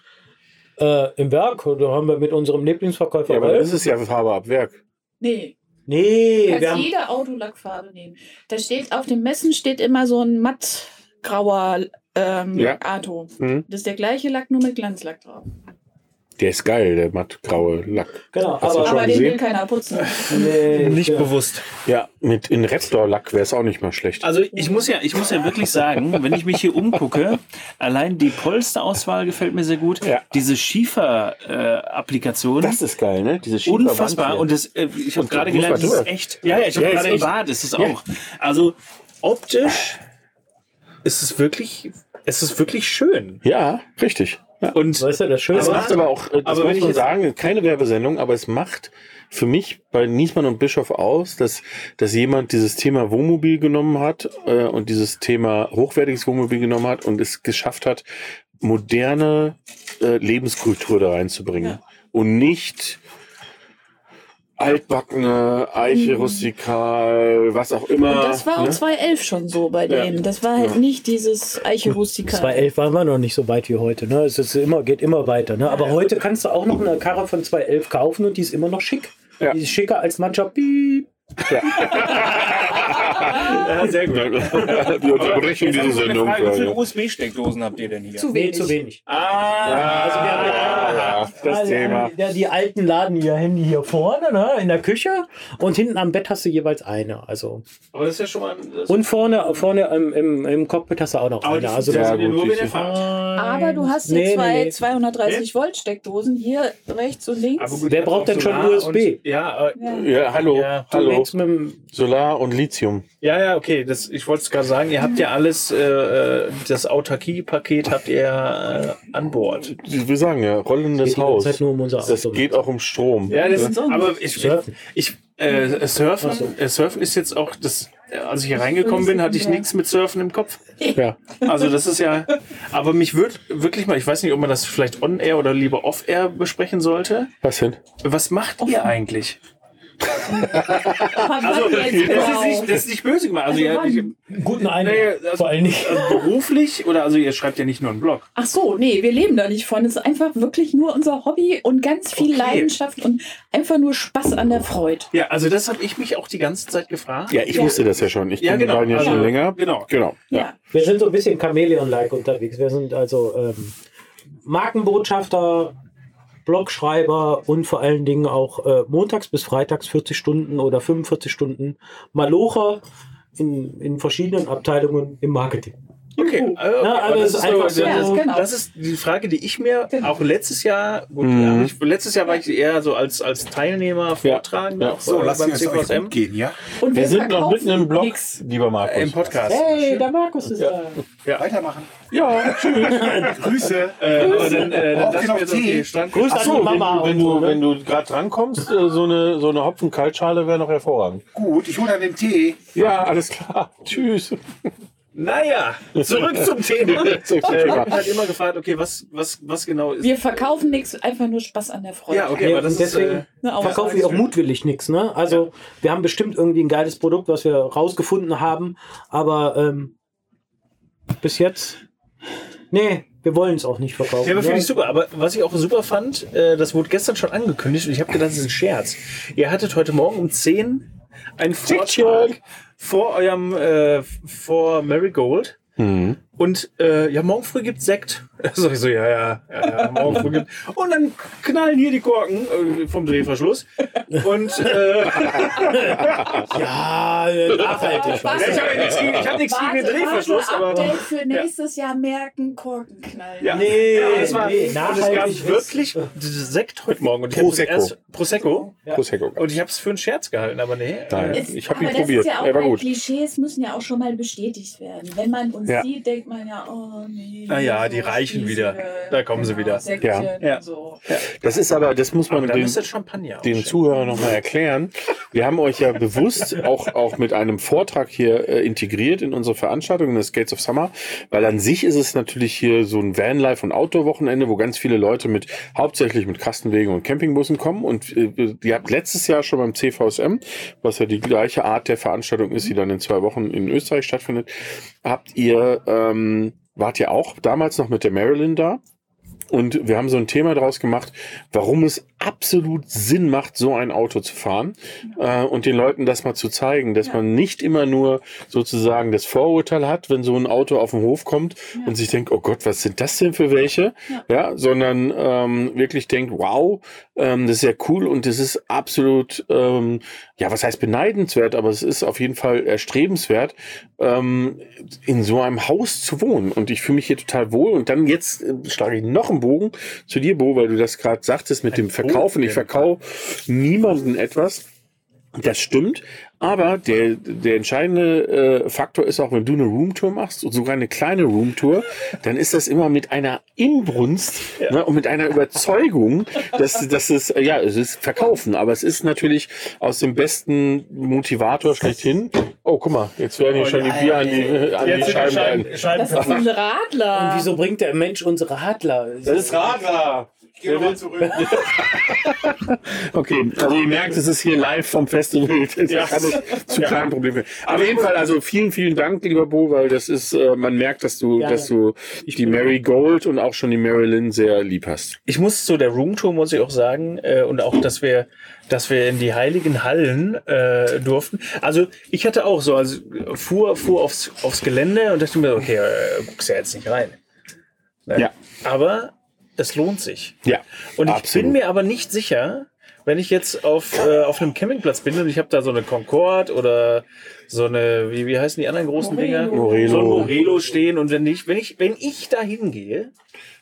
F: äh, Im Werk, da haben wir mit unserem Lieblingsverkäufer.
A: Ja, aber
F: Ralf-
A: das ist ja Farbe ab Werk.
E: Nee,
F: nee, wir
E: kannst
F: haben,
E: jede Autolackfarbe nehmen. Da steht auf den Messen steht immer so ein mattgrauer ähm,
A: Ja.
E: Auto.
A: Mhm.
E: Das ist der gleiche Lack, nur mit Glanzlack drauf.
A: Der ist geil, der mattgraue Lack.
F: genau,
A: Hast du
F: aber
A: schon
E: Aber den
A: gesehen?
E: will keiner putzen.
F: nee,
B: Nicht
F: ja.
B: bewusst.
A: Ja, mit in Raptor Lack wäre es auch nicht mal schlecht.
G: Also ich muss ja, ich muss ja wirklich sagen, wenn ich mich hier umgucke, allein die Polsterauswahl gefällt mir sehr gut.
A: Ja.
G: Diese Schiefer-Applikation.
A: Das ist geil, ne? Diese schiefe Wand
G: Unfassbar.
A: hier.
G: Und das, äh, ich habe
A: Und
G: gerade
A: muss
G: gelernt,
A: man
G: das ist
A: durch.
G: echt. Ja, ja, ich habe
A: Ja, ist
G: gerade im
A: echt.
G: Bad, ist es auch. Also optisch
B: Es ist wirklich, es ist wirklich schön.
A: ja, richtig.
B: Und
F: Weißt du, das Schöne
A: Es
B: Aber-
A: macht aber auch, das
B: aber wenn
A: muss
B: ich
A: man
B: jetzt-
A: sagen, keine Werbesendung, aber es macht für mich bei Niesmann und Bischof aus, dass, dass jemand dieses Thema Wohnmobil genommen hat äh, und dieses Thema hochwertiges Wohnmobil genommen hat und es geschafft hat, moderne äh, Lebenskultur da reinzubringen. Und nicht altbackene, Eiche, rustikal, was auch immer.
E: Und das war auch
A: ne?
E: 2011 schon so bei
A: Ja.
E: denen. Das war halt
A: Ja.
E: nicht dieses Eiche Rustika.
F: 2011 waren wir noch nicht so weit wie heute. Ne? Es ist immer, geht immer weiter. Ne? Aber heute kannst du auch noch eine Karre von 2011 kaufen und die ist immer noch schick.
A: Ja.
F: Die ist schicker als mancher Piep,
B: Ja, sehr gut.
A: Die Unterbrechung dieser
B: Also,
A: Sendung.
G: Frage, wie viele
A: Ja,
G: USB-Steckdosen habt ihr denn hier?
E: Zu
F: Nee,
E: wenig.
F: zu wenig.
G: Ah,
F: Also wir haben
A: ja, das
F: Also,
A: Thema.
F: Die, die Alten laden ihr Handy hier vorne, ne, in der Küche. Und hinten am Bett hast du jeweils eine. Also.
B: Aber das ist ja schon mal. Das
F: Und vorne, vorne im, im, im Cockpit hast du auch noch
B: aber
F: eine.
B: die
F: Also,
B: funktionieren
A: ja, gut,
B: nur, wenn
A: die-
B: ihr fahrt.
E: Aber du hast hier
F: Nee,
E: zwei
F: nee, nee.
E: 230 Volt Steckdosen, hier rechts und links.
B: Aber gut,
F: Wer
B: ihr habt
F: braucht
B: auch
F: denn schon
B: Solar
F: USB?
B: Und, ja, äh,
E: Ja.
A: Ja, hallo,
B: Ja.
F: du
A: hallo.
F: legst mit dem,
A: Solar und Lithium.
B: ja, ja, okay. Das, ich wollte es gerade sagen, ihr habt ja alles, äh, äh, das Autarkie-Paket habt ihr ja, äh, an Bord.
A: Wir sagen ja, rollendes
F: geht die
A: Haus.
F: ganze Zeit nur um unser
A: Das
F: Auto.
A: geht auch um Strom.
B: Ja, das ist, aber ich,
F: Surfen.
B: ich äh, surfen, äh, surfen ist jetzt auch das, äh, als ich hier reingekommen bin, hatte ich nichts mit Surfen im Kopf.
A: Ja.
B: Also das ist ja, aber mich würde wirklich mal, ich weiß nicht, ob man das vielleicht on-air oder lieber off-air besprechen sollte.
A: Was denn?
B: Was macht ihr eigentlich?
E: also,
B: Das ist nicht, das ist nicht böse gemeint. Also, ihr,
E: Also
F: Guten Eindruck,
B: Nee, das-
F: vor allen Dingen.
B: also beruflich oder also ihr schreibt ja nicht nur einen Blog.
E: Ach so, nee, wir leben da nicht von. Es ist einfach wirklich nur unser Hobby und ganz viel
B: Okay.
E: Leidenschaft und einfach nur Spaß an der Freude.
B: Ja, also das habe ich mich auch die ganze Zeit gefragt.
A: Ja, ich
E: Ja.
A: wusste das ja schon. Ich
B: Ja,
A: kenne
B: genau.
A: die beiden ja
B: Also,
A: schon länger.
B: genau.
A: Genau. Ja.
E: Ja.
F: Wir sind so ein bisschen Chamäleon-like unterwegs. Wir sind also ähm, Markenbotschafter, Blogschreiber und vor allen Dingen auch äh, montags bis freitags 40 Stunden oder 45 Stunden Malocher in, in verschiedenen Abteilungen im Marketing.
B: Okay. Äh, okay.
F: Na, also
B: aber
F: es
B: das,
F: ist
B: ist
F: einfach
B: so,
F: so-
B: das,
E: Ja, genau.
B: das ist die Frage, die ich mir
E: Genau.
B: auch letztes Jahr, gut,
A: Mhm.
B: ja, ich, letztes Jahr war ich eher so als, als Teilnehmer vortragen.
A: Ja.
B: auch
I: So,
B: beim
I: lass uns jetzt
B: CVSM
I: euch gehen, ja?
E: Und
A: Wir sind noch
E: verkaufen
A: mitten im Block,
E: nix.
A: lieber Markus.
B: im Podcast.
F: Hey, der Markus ist da.
I: Weitermachen.
A: Ja,
I: Grüße.
B: Äh, aber dann, äh, dann
I: Braucht
B: dachte
I: ihr
B: ich
I: noch
B: mir jetzt,
I: Tee?
B: okay, Strand.
F: Grüß an
A: Achso,
F: die
A: wenn,
F: Mama.
A: du- wenn
F: und so,
A: du,
F: ne?
A: wenn du gerade drankommst, äh, so eine, so eine Hopfen-Kaltschale wäre noch hervorragend.
I: Gut, ich hole dann den Tee.
A: Ja, alles klar. Tschüss.
B: Naja, zurück zum Thema. Äh,
A: Zum
B: ich habe
A: Thema.
B: mich halt immer gefragt, okay, was, was, was genau ist.
E: Wir verkaufen nichts, einfach nur Spaß an der Freude.
B: Ja, okay,
F: Ja,
B: aber das
F: und deswegen-
B: ist. Äh,
E: Ne, auch-
F: verkaufen wir auch mutwillig nichts. Ne? Also wir haben bestimmt irgendwie ein geiles Produkt, was wir rausgefunden haben, aber ähm, bis jetzt, nee, wir wollen es auch nicht verkaufen.
B: Ja, aber finde
F: ne?
B: ich super. Aber was ich auch super fand, äh, das wurde gestern schon angekündigt und ich habe gedacht, das ist ein Scherz. Ihr hattet heute Morgen um 10 einen Vortrag vor eurem, äh, vor Marigold. Und äh, ja, morgen früh gibt's Sekt. Sag ich so, ja, ja, ja, ja morgen früh gibt. Und dann knallen hier die Korken äh, vom Drehverschluss. Und äh,
F: ja, äh, nachhaltig. weißt
B: ich
F: du.
B: habe nichts gegen, ich hab nichts gegen den Drehverschluss,
E: warte,
B: aber.
E: Update für nächstes Jahr merken, Korkenknall.
B: Ja.
F: Nee,
B: ja, das war,
F: nee,
B: und es
F: nachhaltig
B: gab
F: ist-
B: wirklich Sekt heute Morgen. Und ich hab das
A: Prosecco.
B: erst- Prosecco.
A: Prosecco.
B: Und ich habe es für einen Scherz gehalten, aber nee.
A: Nein,
B: Äh,
A: ich habe ihn
E: aber
A: probiert.
E: Das ist ja auch
A: er war
E: bei
A: gut.
E: Klischees müssen ja auch schon mal bestätigt werden. Wenn man uns
A: Ja.
E: sieht, denkt man ja, oh nee.
B: Ah ja, die
E: so
B: Reichen
E: spießige,
B: wieder. Da kommen sie wieder.
E: Säckchen,
A: Ja.
B: Ja.
E: So.
A: Das ist aber, das muss
B: aber
A: man
B: dann
A: den,
B: ist das
A: den
B: Champagner. ausschenken.
A: Zuhörern nochmal erklären. Wir haben euch ja bewusst auch, auch mit einem Vortrag hier äh, integriert in unsere Veranstaltung, in das Gates of Summer, weil an sich ist es natürlich hier so ein Vanlife- und Outdoor-Wochenende, wo ganz viele Leute mit, hauptsächlich mit Kastenwegen und Campingbussen kommen. Und äh, ihr habt letztes Jahr schon beim CVSM, was ja die gleiche Art der Veranstaltung ist, die dann in zwei Wochen in Österreich stattfindet, habt ihr, ähm, wart ihr auch damals noch mit der Marilyn da? Und wir haben so ein Thema daraus gemacht, warum es absolut Sinn macht, so ein Auto zu fahren äh, und den Leuten das mal zu zeigen, dass man nicht immer nur sozusagen das Vorurteil hat, wenn so ein Auto auf den Hof kommt und sich denkt, oh Gott, was sind das denn für welche? Ja, sondern ähm, wirklich denkt, wow, ähm, das ist ja cool und das ist absolut, ähm, ja, was heißt beneidenswert, aber es ist auf jeden Fall erstrebenswert, ähm, in so einem Haus zu wohnen. Und ich fühle mich hier total wohl. Und dann jetzt äh, schlage ich noch einen Bogen zu dir, Bo, weil du das gerade sagtest mit dem Verkaufen. Ich verkaufe niemanden etwas. Das stimmt, aber der, der entscheidende äh, Faktor ist auch, wenn du eine Roomtour machst und sogar eine kleine Roomtour, dann ist das immer mit einer Inbrunst ne, und mit einer Überzeugung, dass das ist, ja, es ist Verkaufen, aber es ist natürlich aus dem besten Motivator schlechthin. Oh, guck mal, jetzt werden hier schon die Bier an die, an die Scheiben. rein.
E: Das ist ein Radler.
F: Und wieso bringt der Mensch unsere Radler?
A: Das ist Radler.
I: Geh nochmal zurück.
B: Hm,
A: Okay, also ihr merkt, es ist hier live vom Festival. Das
B: Ja.
A: kann ich zu keinem Problem werden. Auf jeden Fall, also vielen, vielen Dank, lieber Bo, weil das ist, äh, man merkt, dass du,
F: Gerne.
A: dass du die Mary Gold und auch schon die Marilyn sehr lieb hast.
B: Ich muss zu der Roomtour, muss ich auch sagen, äh, und auch, dass wir, dass wir in die heiligen Hallen äh, durften. Also ich hatte auch so, also fuhr, fuhr aufs, aufs Gelände und dachte mir, okay, äh, guckst ja jetzt nicht rein. Ne?
A: Ja.
B: Aber es lohnt sich.
A: Ja.
B: Und ich
A: Absolut.
B: bin mir aber nicht sicher, wenn ich jetzt auf, äh, auf einem Campingplatz bin und ich habe da so eine Concorde oder so eine, wie, wie heißen die anderen großen Dinger?
A: Morelo.
B: So ein Morelo stehen und wenn ich, wenn ich, wenn ich da hingehe,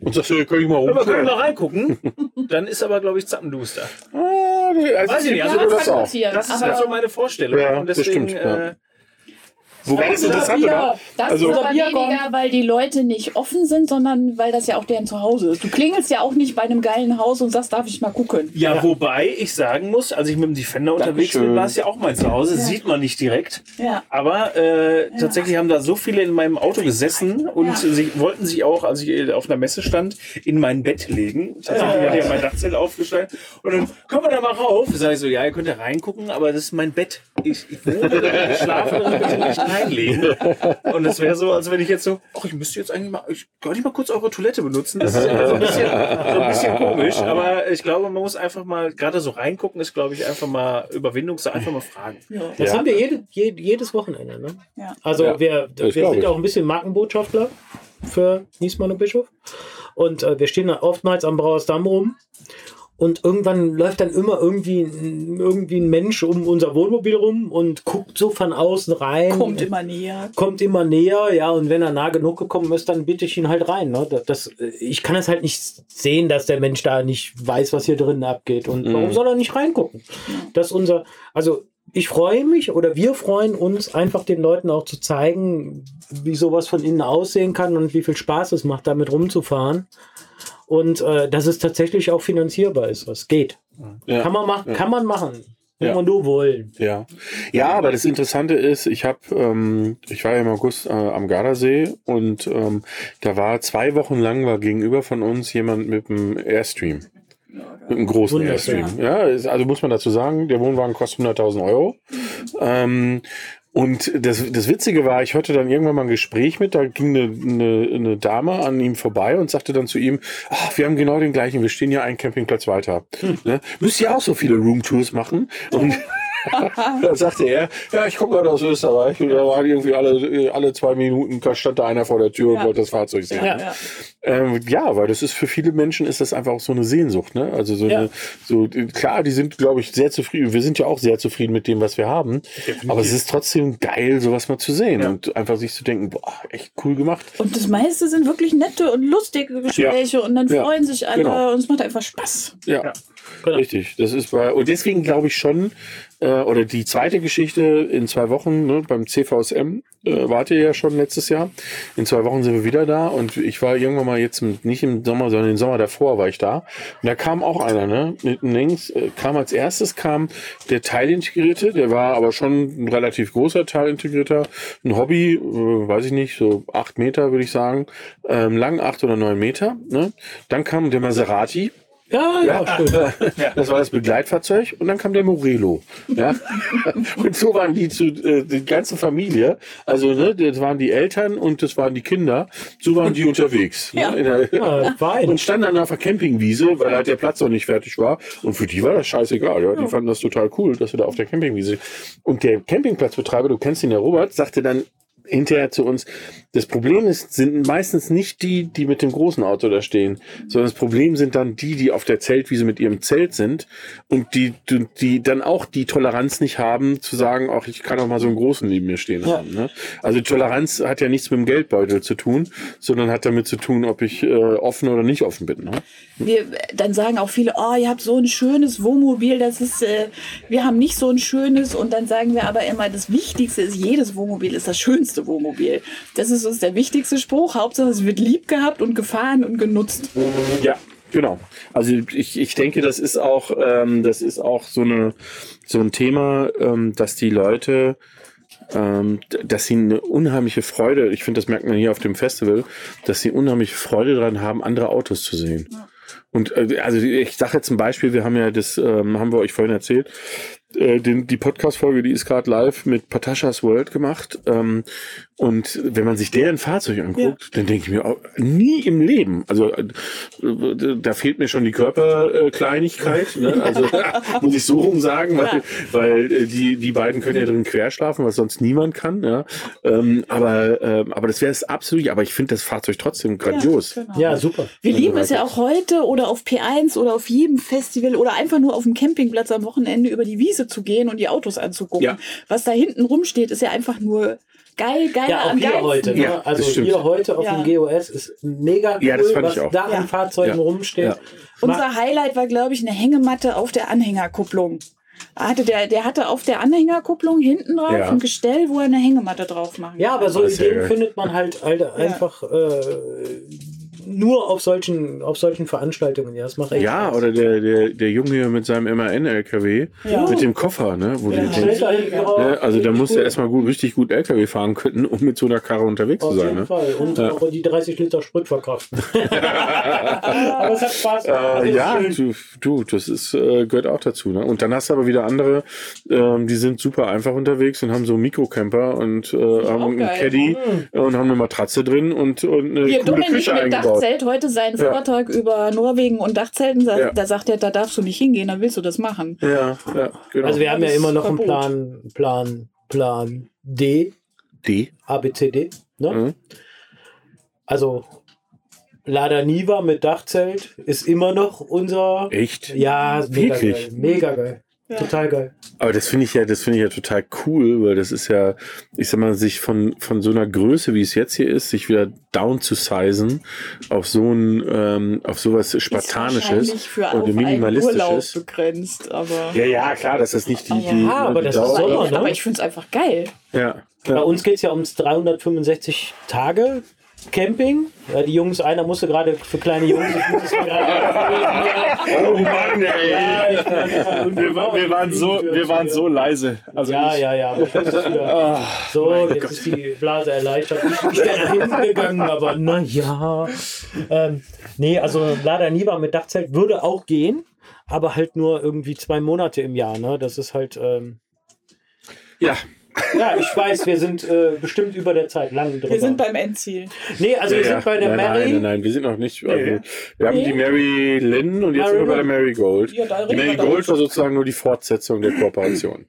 A: Und das äh, kann ich mal
B: wenn wir können
A: rum.
B: mal reingucken, dann ist aber, glaube ich, Zappenduster.
A: Ah, nee, also,
B: Weiß ich nicht, also
A: also das
E: kann
A: auch.
E: passieren,
B: Das ist
E: aber-
B: halt so meine Vorstellung.
A: Ja,
B: und deswegen,
A: bestimmt, ja.
B: äh,
A: Wobei das interessant
E: Ja,
A: oder?
E: das
A: Also-
E: ist
A: Oder
E: aber weniger, weil die Leute nicht offen sind, sondern weil das ja auch deren Zuhause ist. Du klingelst ja auch nicht bei einem geilen Haus und sagst, darf ich mal gucken.
B: ja, wobei ich sagen muss, als ich mit dem Defender unterwegs bin,
A: Dankeschön.
B: war es ja auch mein Zuhause. Sieht man nicht direkt.
E: Ja.
B: Aber äh, tatsächlich haben da so viele in meinem Auto gesessen und
E: Ja.
B: sie wollten sich auch, als ich äh, auf einer Messe stand, in mein Bett legen. Tatsächlich hatte ich ja mein Dachzelt aufgestellt. Und dann kommen wir da mal rauf. Sag ich so, ja, ihr könnt da reingucken, aber das ist mein Bett. Ich, ich wohne da, ich schlafe da, ich nicht reinlegen. Und das wäre so, als wenn ich jetzt so, ach, ich müsste jetzt eigentlich mal, ich kann nicht mal kurz eure Toilette benutzen. Das ist ja so ein bisschen, so ein bisschen komisch. Aber ich glaube, man muss einfach mal, gerade so reingucken, ist, glaube ich, einfach mal Überwindungssache, einfach mal fragen.
F: Das
A: Ja.
F: haben wir jede, jed- jedes Wochenende. Ne?
E: Ja.
F: Also
A: Ja,
F: wir, wir
A: das glaub
F: sind
A: ich.
F: auch ein bisschen Markenbotschafter für Niesmann und Bischof. Und äh, wir stehen dann oftmals am Brauersdamm rum. Und irgendwann läuft dann immer irgendwie, ein- irgendwie ein Mensch um unser Wohnmobil rum und guckt so von außen rein.
E: Kommt immer näher.
F: kommt immer näher, ja, und wenn er nah genug gekommen ist, dann bitte ich ihn halt rein. Ne? Das- Das, ich kann es halt nicht sehen, dass der Mensch da nicht weiß, was hier drinnen abgeht. Und
A: Mhm.
F: warum soll er nicht reingucken? Das ist unser, also ich freue mich oder wir freuen uns einfach den Leuten auch zu zeigen, wie sowas von innen aussehen kann und wie viel Spaß es macht, damit rumzufahren. Und äh, dass es tatsächlich auch finanzierbar ist. Das geht.
A: Ja.
F: Kann, man machen, kann man machen, wenn
A: Ja.
F: man nur wollen.
A: Ja. ja, aber das Interessante ist, ich habe, ähm, ich war ja im August äh, am Gardasee und ähm, da war zwei Wochen lang war gegenüber von uns jemand mit einem Airstream. Mit einem großen
F: Wunderschön.
A: Airstream. Ja, ist, also muss man dazu sagen, der Wohnwagen kostet 100.000 Euro. Ähm, und das, das Witzige war, ich hörte dann irgendwann mal ein Gespräch mit, da ging eine, eine, eine Dame an ihm vorbei und sagte dann zu ihm, ach, wir haben genau den gleichen, wir stehen ja einen Campingplatz weiter. Ne? Müsst ihr auch so viele Roomtours machen? Und dann sagte er, ja, ich komme gerade aus Österreich. Und da waren irgendwie alle, alle zwei Minuten stand da einer vor der Tür und
E: Ja.
A: wollte das Fahrzeug sehen. Ja, ähm, ja weil das ist für viele Menschen ist das einfach auch so eine Sehnsucht. Ne? Also so, eine, so klar, die sind, glaube ich, sehr zufrieden. Wir sind ja auch sehr zufrieden mit dem, was wir haben. Aber es ist trotzdem geil, sowas mal zu sehen und einfach sich zu denken, boah, echt cool gemacht.
E: Und das meiste sind wirklich nette und lustige Gespräche und dann
A: Ja.
E: freuen sich alle
A: Genau.
E: und es macht einfach Spaß.
A: Ja, richtig. Das ist bei, und deswegen glaube ich schon, äh, oder die zweite Geschichte in zwei Wochen, ne, beim CVSM, äh, wart ihr ja schon letztes Jahr. In zwei Wochen sind wir wieder da und ich war irgendwann mal jetzt im- nicht im Sommer, sondern im Sommer davor war ich da. Und da kam auch einer, ne? Mitten links, äh, kam als erstes kam der Teilintegrierte, der war aber schon ein relativ großer Teilintegrierter, ein Hobby, äh, weiß ich nicht, so acht Meter würde ich sagen, ähm, lang acht oder neun Meter. Ne? Dann kam der Maserati,
F: Ja, ja, ja. schön.
A: das war das Begleitfahrzeug und dann kam der Morelo. Ja? und so waren die zu äh, die ganze Familie. Also ne, das waren die Eltern und das waren die Kinder. So waren die unterwegs. Ne? In der,
F: Ja, Äh, fein.
A: und standen dann auf der Campingwiese, weil halt der Platz noch nicht fertig war. Und für die war das scheißegal. Ja? Die fanden das total cool, dass wir da auf der Campingwiese. Und der Campingplatzbetreiber, du kennst ihn ja, Robert, sagte dann hinterher zu uns, das Problem ist, sind meistens nicht die, die mit dem großen Auto da stehen, sondern das Problem sind dann die, die auf der Zeltwiese mit ihrem Zelt sind und die, die- die dann auch die Toleranz nicht haben, zu sagen, ach, ich kann auch mal so einen großen neben mir stehen haben. Ne? Also Toleranz hat ja nichts mit dem Geldbeutel zu tun, sondern hat damit zu tun, ob ich äh, offen oder nicht offen bin. Ne?
E: Wir, dann sagen auch viele, oh, ihr habt so ein schönes Wohnmobil, das ist, äh, wir haben nicht so ein schönes. Und dann sagen wir aber immer, das Wichtigste ist, jedes Wohnmobil ist das schönste Wohnmobil. Das ist uns der wichtigste Spruch. Hauptsache, es wird lieb gehabt und gefahren und genutzt.
A: Ja, genau. Also ich, ich denke, das ist auch, ähm, das ist auch so, eine, so ein Thema, ähm, dass die Leute, ähm, d- dass sie eine unheimliche Freude, ich finde, das merkt man hier auf dem Festival, dass sie unheimliche Freude daran haben, andere Autos zu sehen. Und äh, also ich sage jetzt ein Beispiel, wir haben ja das, ähm, haben wir euch vorhin erzählt, äh, den, die Podcast-Folge, die ist gerade live mit Pataschas World gemacht. Ähm, und wenn man sich deren Fahrzeug anguckt, dann denke ich mir, auch, nie im Leben. Also äh, da fehlt mir schon die Körperkleinigkeit. Ne? Also muss ich so rum sagen, weil, weil äh, die, die beiden können ja drin querschlafen, was sonst niemand kann. Ja? Ähm, aber, ähm, aber das wäre es absolut. Aber ich finde das Fahrzeug trotzdem grandios.
E: genau.
F: Ja, super.
E: Wir lieben es ja auch heute oder auf P1 oder auf jedem Festival oder einfach nur auf dem Campingplatz am Wochenende über die Wiese zu gehen und die Autos anzugucken.
A: Ja.
E: Was da hinten rumsteht, ist ja einfach nur geil, geil,
F: Ja, auch
E: am
F: hier
E: geilsten.
F: heute. Ne?
A: Ja, das
F: also
A: stimmt.
F: hier heute auf
E: Ja.
F: dem GOS ist mega cool,
A: Ja, das fand
F: was
A: ich auch.
F: da
E: Ja.
F: an Fahrzeugen
A: Ja.
F: rumsteht.
A: Ja.
F: Ma-
E: Unser Highlight war, glaube ich, eine Hängematte auf der Anhängerkupplung. Da Hatte der, der hatte auf der Anhängerkupplung hinten drauf
A: Ja.
E: ein Gestell, wo er eine Hängematte drauf machen
F: ja, aber
E: kann.
F: so
A: Das ist ja
F: Ideen
A: geil.
F: findet man halt, halt einfach äh, nur auf solchen, auf solchen Veranstaltungen. Ja, das macht echt
A: Ja,
F: Spaß.
A: oder der, der, der Junge hier mit seinem MAN-LKW,
E: Ja.
A: mit dem Koffer, ne? Wo
F: Ja,
A: du
F: schnell
A: denkst,
F: da hinten drauf.
A: ne? Also da
F: Richtig
A: musst du
F: cool.
A: erstmal gut, richtig gut LKW fahren können, um mit so einer Karre unterwegs
F: Auf
A: zu sein.
F: jeden
A: Ne?
F: Fall. Und auch die 30 Liter Sprit verkraften. aber es hat Spaß gemacht. Also
A: Äh,
F: ist
A: ja,
F: schön.
A: du, du, das ist, äh, gehört auch dazu. Ne? Und dann hast du aber wieder andere, ähm, die sind super einfach unterwegs und haben so einen Mikrocamper und äh, haben einen
E: geil.
A: Caddy
F: Mhm.
A: und haben eine Matratze drin und, und eine
E: Hier,
A: coole
E: Dominik
A: Küche
E: mit
A: eingebaut.
E: Dachzelt heute seinen
A: Ja.
E: Vortrag über Norwegen und Dachzelten. Da,
A: Ja.
E: da sagt er, da darfst du nicht hingehen, da willst du das machen.
A: Ja, ja, genau.
F: Also wir haben ja
E: Das
F: immer noch einen
E: Verbot.
F: Plan, Plan, Plan D,
A: D.
F: ABCD. Ne?
A: Mhm.
F: Also Lada Niva mit Dachzelt ist immer noch unser.
A: Echt?
F: Ja, ist mega
A: Wirklich?
F: geil. Mega geil. Total geil.
A: Aber das finde ich ja, das finde ich ja total cool, weil das ist ja, ich sag mal, sich von, von so einer Größe, wie es jetzt hier ist, sich wieder down zu sizen auf so ein, ähm, auf sowas
E: wahrscheinlich
A: Spartanisches
E: für auf
A: und
E: einen Urlaub
A: Minimalistisches.
E: begrenzt, aber.
A: Ja, ja, klar, dass das nicht die,
E: Aber-
A: die,
F: Ja, aber
A: die
F: das ist
A: Dauer-
F: Sommer,
E: Aber, ich-
F: ne?
E: aber ich finde es einfach geil.
A: Ja,
F: Bei
A: ja.
F: uns geht es ja ums 365 Tage Camping. Ja, die Jungs, einer musste gerade für kleine Jungs. Ich muss es mir gerade-
A: Oh Mann, ey.
F: ich bin einfach
B: Wir, wa- wir, waren, so, wir waren so leise. Also
F: ja,
B: ich,
F: ja, ja. aber das ist wieder-
A: Ah,
F: So, jetzt ist die Blase erleichtert. Ich bin nach hinten gegangen, aber naja. Ähm, nee, also leider Niva mit Dachzelt würde auch gehen, aber halt nur irgendwie zwei Monate im Jahr. Ne? Das ist halt. Ähm,
A: Ja.
F: ja, ich weiß, wir sind äh, bestimmt über der Zeit lang drüber.
E: Wir sind beim Endziel.
F: nee, also wir
A: Ja,
F: sind bei der
A: nein,
F: Mary.
A: Nein, nein, nein, wir sind noch nicht. Also, Wir haben die Mary Lynn und jetzt sind wir bei der Mary Gold.
E: Ja, da
A: die
E: reden
A: Mary
E: wir doch
A: Gold war sozusagen nur die Fortsetzung der Kooperation.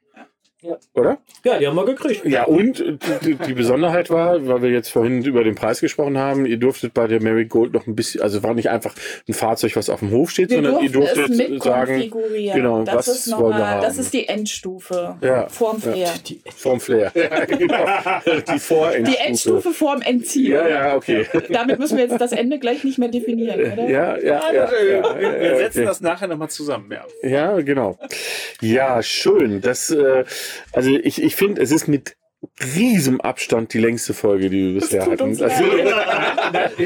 A: Oder?
F: Ja, die haben wir gekriegt.
A: Ja, und die, die Besonderheit war, weil wir jetzt vorhin über den Preis gesprochen haben, ihr durftet bei der Mary Gold noch ein bisschen, also war nicht einfach ein Fahrzeug, was auf dem Hof steht,
E: Wir
A: sondern ihr
E: durften es
A: durftet
E: mit
A: sagen,
E: konfigurieren.
A: genau,
E: das
A: was
E: ist noch
A: wollen wir
E: mal-
A: haben.
E: Das ist die Endstufe.
A: Ja.
E: Vorm
A: Ja.
E: Flair.
A: vorm Flair. Ja, genau. Die Vorendstufe.
E: Die Endstufe vorm Endziel.
A: Ja, ja, okay.
E: Damit müssen wir jetzt das Ende gleich nicht mehr definieren, oder?
A: Ja, ja, ja. ja, ja, ja,
B: wir setzen
A: okay.
B: das nachher nochmal zusammen. Ja.
A: Ja, genau. Ja, schön. Das, äh, also ich, ich finde, es ist mit riesem Abstand die längste Folge, die wir bisher
E: tut
A: hatten.
E: uns
A: Also,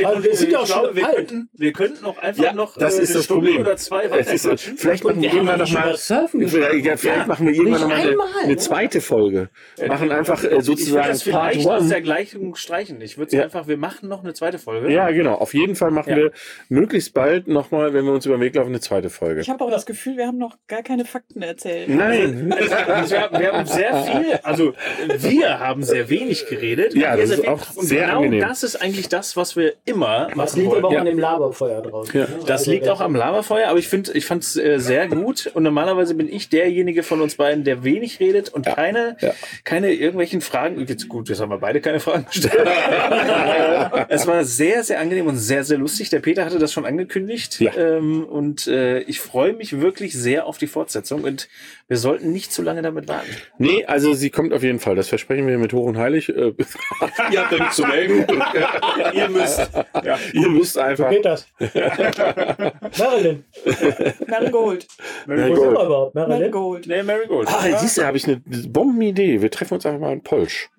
F: Also wir sind ja auch schon
B: wir,
F: alt.
B: könnten, wir könnten auch einfach
A: Ja,
B: noch
A: das
B: äh,
A: ist
B: eine
A: das
B: Stunde
A: Problem.
B: oder zwei
A: es ist,
B: weiter.
A: vielleicht machen wir irgendwann nochmal. Vielleicht, ja, vielleicht machen wir irgendwann nochmal eine, eine zweite Folge. Machen einfach äh,
B: Ich würde
A: sozusagen
B: das
A: Part
B: vielleicht aus der
A: One.
B: Gleichung streichen. Ich würde es
A: Ja.
B: einfach, wir machen noch eine zweite Folge.
A: Ja, genau. Auf jeden Fall machen
B: Ja.
A: wir möglichst bald nochmal, wenn wir uns über den Weg laufen, eine zweite Folge.
E: Ich habe auch das Gefühl, wir haben noch gar keine Fakten erzählt.
A: Nein.
B: Also wir, haben, wir haben sehr viel, also wir haben sehr wenig geredet.
A: Ja,
B: Ihr
A: das
B: seid
A: ist
B: weg.
A: auch
B: Und
A: sehr
B: genau
A: angenehm.
B: das ist eigentlich das, was wir immer
F: Das
B: machen
F: liegt aber auch
B: wollten.
F: an dem Laberfeuer draußen.
A: Ja.
F: ne?
B: Das
F: Also
B: liegt
F: der-
B: auch am Lavafeuer, aber ich finde, ich fand es äh, sehr gut. Und normalerweise bin ich derjenige von uns beiden, der wenig redet und keine,
A: Ja.
B: keine irgendwelchen Fragen. Jetzt, gut, jetzt haben wir beide keine Fragen gestellt. es war sehr, sehr angenehm und sehr, sehr lustig. Der Peter hatte das schon angekündigt.
A: Ja.
B: Ähm, und äh, ich freue mich wirklich sehr auf die Fortsetzung. Und wir sollten nicht zu lange damit warten.
A: Nee, also sie kommt auf jeden Fall. Das versprechen wir mit hoch und heilig. Äh, Ihr habt ja nichts zu melden.
B: Ihr müsst.
A: Ihr müsst einfach.
F: Geht das? Marilyn,
E: Marigold.
A: Na
F: wo sind wir
A: gut.
F: überhaupt? Marilyn?
E: Marigold.
B: Nee, Marigold.
A: Ah, siehst du, da habe ich eine Bombenidee. Wir treffen uns einfach mal in Polsch.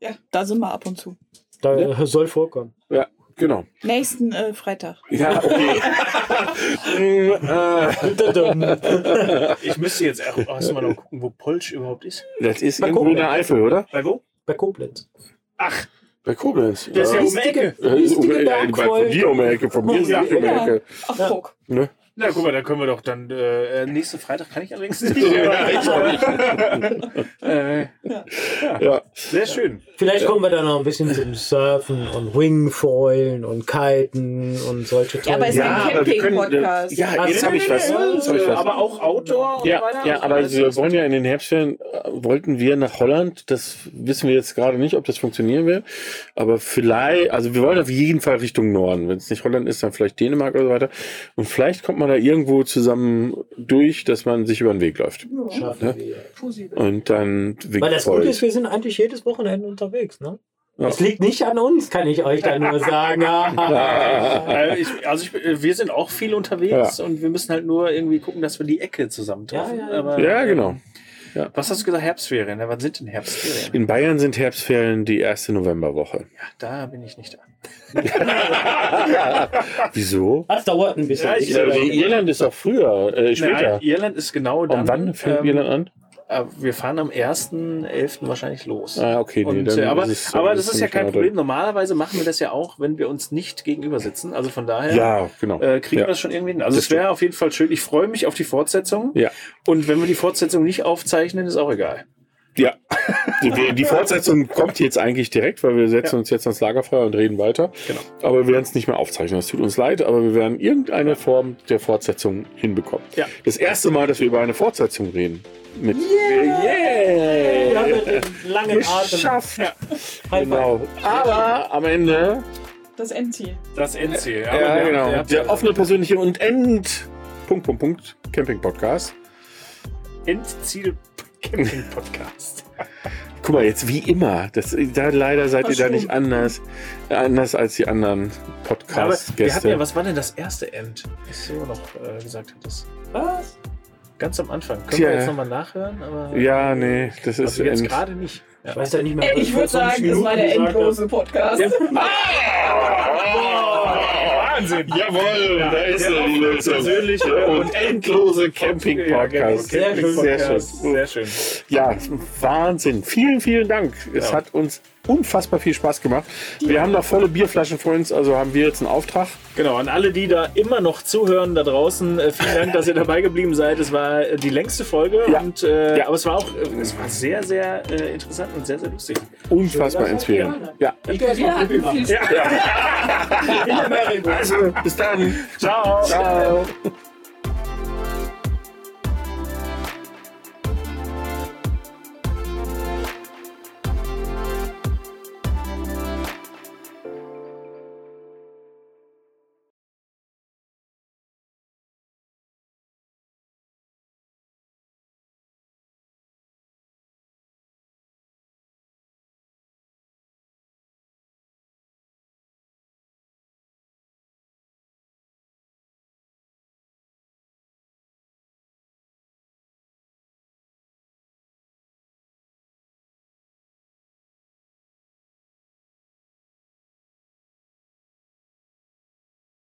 E: Ja, da sind wir ab und zu.
F: Da äh, soll vorkommen.
A: Ja, genau.
E: Nächsten äh, Freitag.
A: Ja, okay. Mm, äh,
B: Ich müsste jetzt auch erstmal noch gucken, wo Polsch überhaupt ist.
A: das ist
F: Mal
A: irgendwo
F: gucken.
A: in der Eifel, oder?
B: Bei wo?
F: Bei Koblenz.
A: Bei Koblenz.
B: Der ist ja um die Ecke.
A: Äh, ist um-
F: richtige
A: äh, bei- Von
F: Bergfolge.
A: dir um die Ecke, von mir ist
B: Ja.
A: nicht um die Ecke.
E: Ach, guck.
A: Ne?
B: Na guck mal, da können wir doch dann. Äh, nächsten Freitag kann ich allerdings nicht. äh,
A: Ja.
B: sehr schön.
F: Vielleicht kommen wir dann noch ein bisschen zum Surfen und Wingfoilen und Kiten und solche
E: Ja, aber es ist
A: Ja,
E: ein
A: aber wir können- äh,
E: Camping-Podcast.
A: Ja, jetzt
F: Also,
A: habe ich was. Jetzt hab ich was.
B: Äh, Aber auch Outdoor
A: Ja,
B: und Also so weiter.
A: ja,
B: Ich
A: aber also
B: weiß,
A: wir
B: was-
A: wollen ja in den Herbstferien, äh, wollten wir nach Holland, das wissen wir jetzt gerade nicht, ob das funktionieren wird, aber vielleicht, also wir wollen auf jeden Fall Richtung Norden, wenn es nicht Holland ist, dann vielleicht Dänemark oder so weiter und vielleicht kommt man da irgendwo zusammen durch, dass man sich über den Weg läuft
F: schaffen
B: ne?
F: wir.
A: und dann Weg
F: Weil das
A: folgt.
F: Gute ist, wir sind eigentlich jedes Wochenende unterwegs. Ne?
A: Ja.
F: Das liegt nicht an uns, kann ich euch da nur sagen.
B: Äh, ich, also ich, äh, wir sind auch viel unterwegs und wir müssen halt nur irgendwie gucken, dass wir die Ecke zusammentreffen.
F: Ja, ja, ja.
B: Aber,
A: ja, genau.
B: Was hast du gesagt? Herbstferien? Ja, wann sind denn Herbstferien?
A: In Bayern sind Herbstferien die erste Novemberwoche.
B: Ja, da bin ich nicht da.
A: Wieso?
F: Das dauert ein bisschen.
B: Ja, ich-
A: Ja, aber Irland ist auch früher, äh, später.
B: Nein, Irland ist genau dann.
A: und wann fängt
B: ähm,
A: Irland an?
B: Äh, wir fahren am 1.11. wahrscheinlich los.
A: Ah, okay, nee,
B: und,
A: dann
B: äh, aber,
A: ist es- genau
B: aber
A: dann
B: das
A: ist
B: ist ja
A: es
B: kein
A: schon
B: Problem. Normalerweise machen wir das ja auch, wenn wir uns nicht gegenüber sitzen. Also von daher
A: Ja, genau.
B: äh, kriegen
A: ja.
B: wir das schon irgendwie hin. Also
A: Das
B: es wäre auf jeden Fall schön. Ich freue mich auf die Fortsetzung.
A: Ja.
B: Und wenn wir die Fortsetzung nicht aufzeichnen, ist auch egal.
A: Ja, die, die- die Fortsetzung kommt jetzt eigentlich direkt, weil wir setzen uns jetzt ans Lagerfeuer und reden weiter.
B: Genau.
A: Aber wir werden es nicht mehr aufzeichnen. Das tut uns leid, aber wir werden irgendeine Form der Fortsetzung hinbekommen.
B: Ja.
A: Das erste Mal, dass wir über eine Fortsetzung reden. Mit
F: Wir haben einen langen Atem.
A: Geschafft.
F: High five.
A: Genau. Aber am Ende,
E: Das Endziel.
B: Das Endziel.
A: ja, genau, der, offene, persönliche und End. Punkt, Punkt, Punkt. Camping-Podcast.
B: Endziel Camping Podcast.
A: Guck mal, jetzt wie immer. Das, da, leider seid ihr da nicht anders, anders als die anderen
B: Aber wir hatten
A: Podcast-Gäste.
B: ja, was war denn das erste End, was du noch äh, gesagt hattest?
F: Was?
B: Ganz am Anfang. Können
A: Tja.
B: wir jetzt nochmal nachhören? Aber
A: Ja, nee, das ist
B: also jetzt
A: end-
B: gerade nicht. Ja.
F: Ich weiß ja nicht mehr.
E: Ich würde sagen, das war der endlose Podcast.
B: Wahnsinn!
A: Jawohl, da ist
B: der
A: er, die Lösung.
B: persönliche
A: Und endlose Camping-Podcast.
F: Ja, genau,
A: Sehr schön.
B: Sehr schön.
A: Ja, Wahnsinn. Vielen, vielen Dank. Es
B: Ja.
A: hat uns unfassbar viel Spaß gemacht. Wir haben noch volle Bierflaschen vor uns, also haben wir jetzt einen Auftrag.
B: Genau, an alle, die da immer noch zuhören da draußen, äh, vielen Dank, dass ihr dabei geblieben seid. Es war äh, die längste Folge,
A: Ja.
B: und, äh,
A: Ja.
B: aber es war auch äh, es war sehr, sehr äh, interessant und sehr, sehr lustig.
A: Unfassbar inspirierend. Ja.
E: Wir hatten viel
A: Also, bis dann.
B: Ciao!
A: Ciao.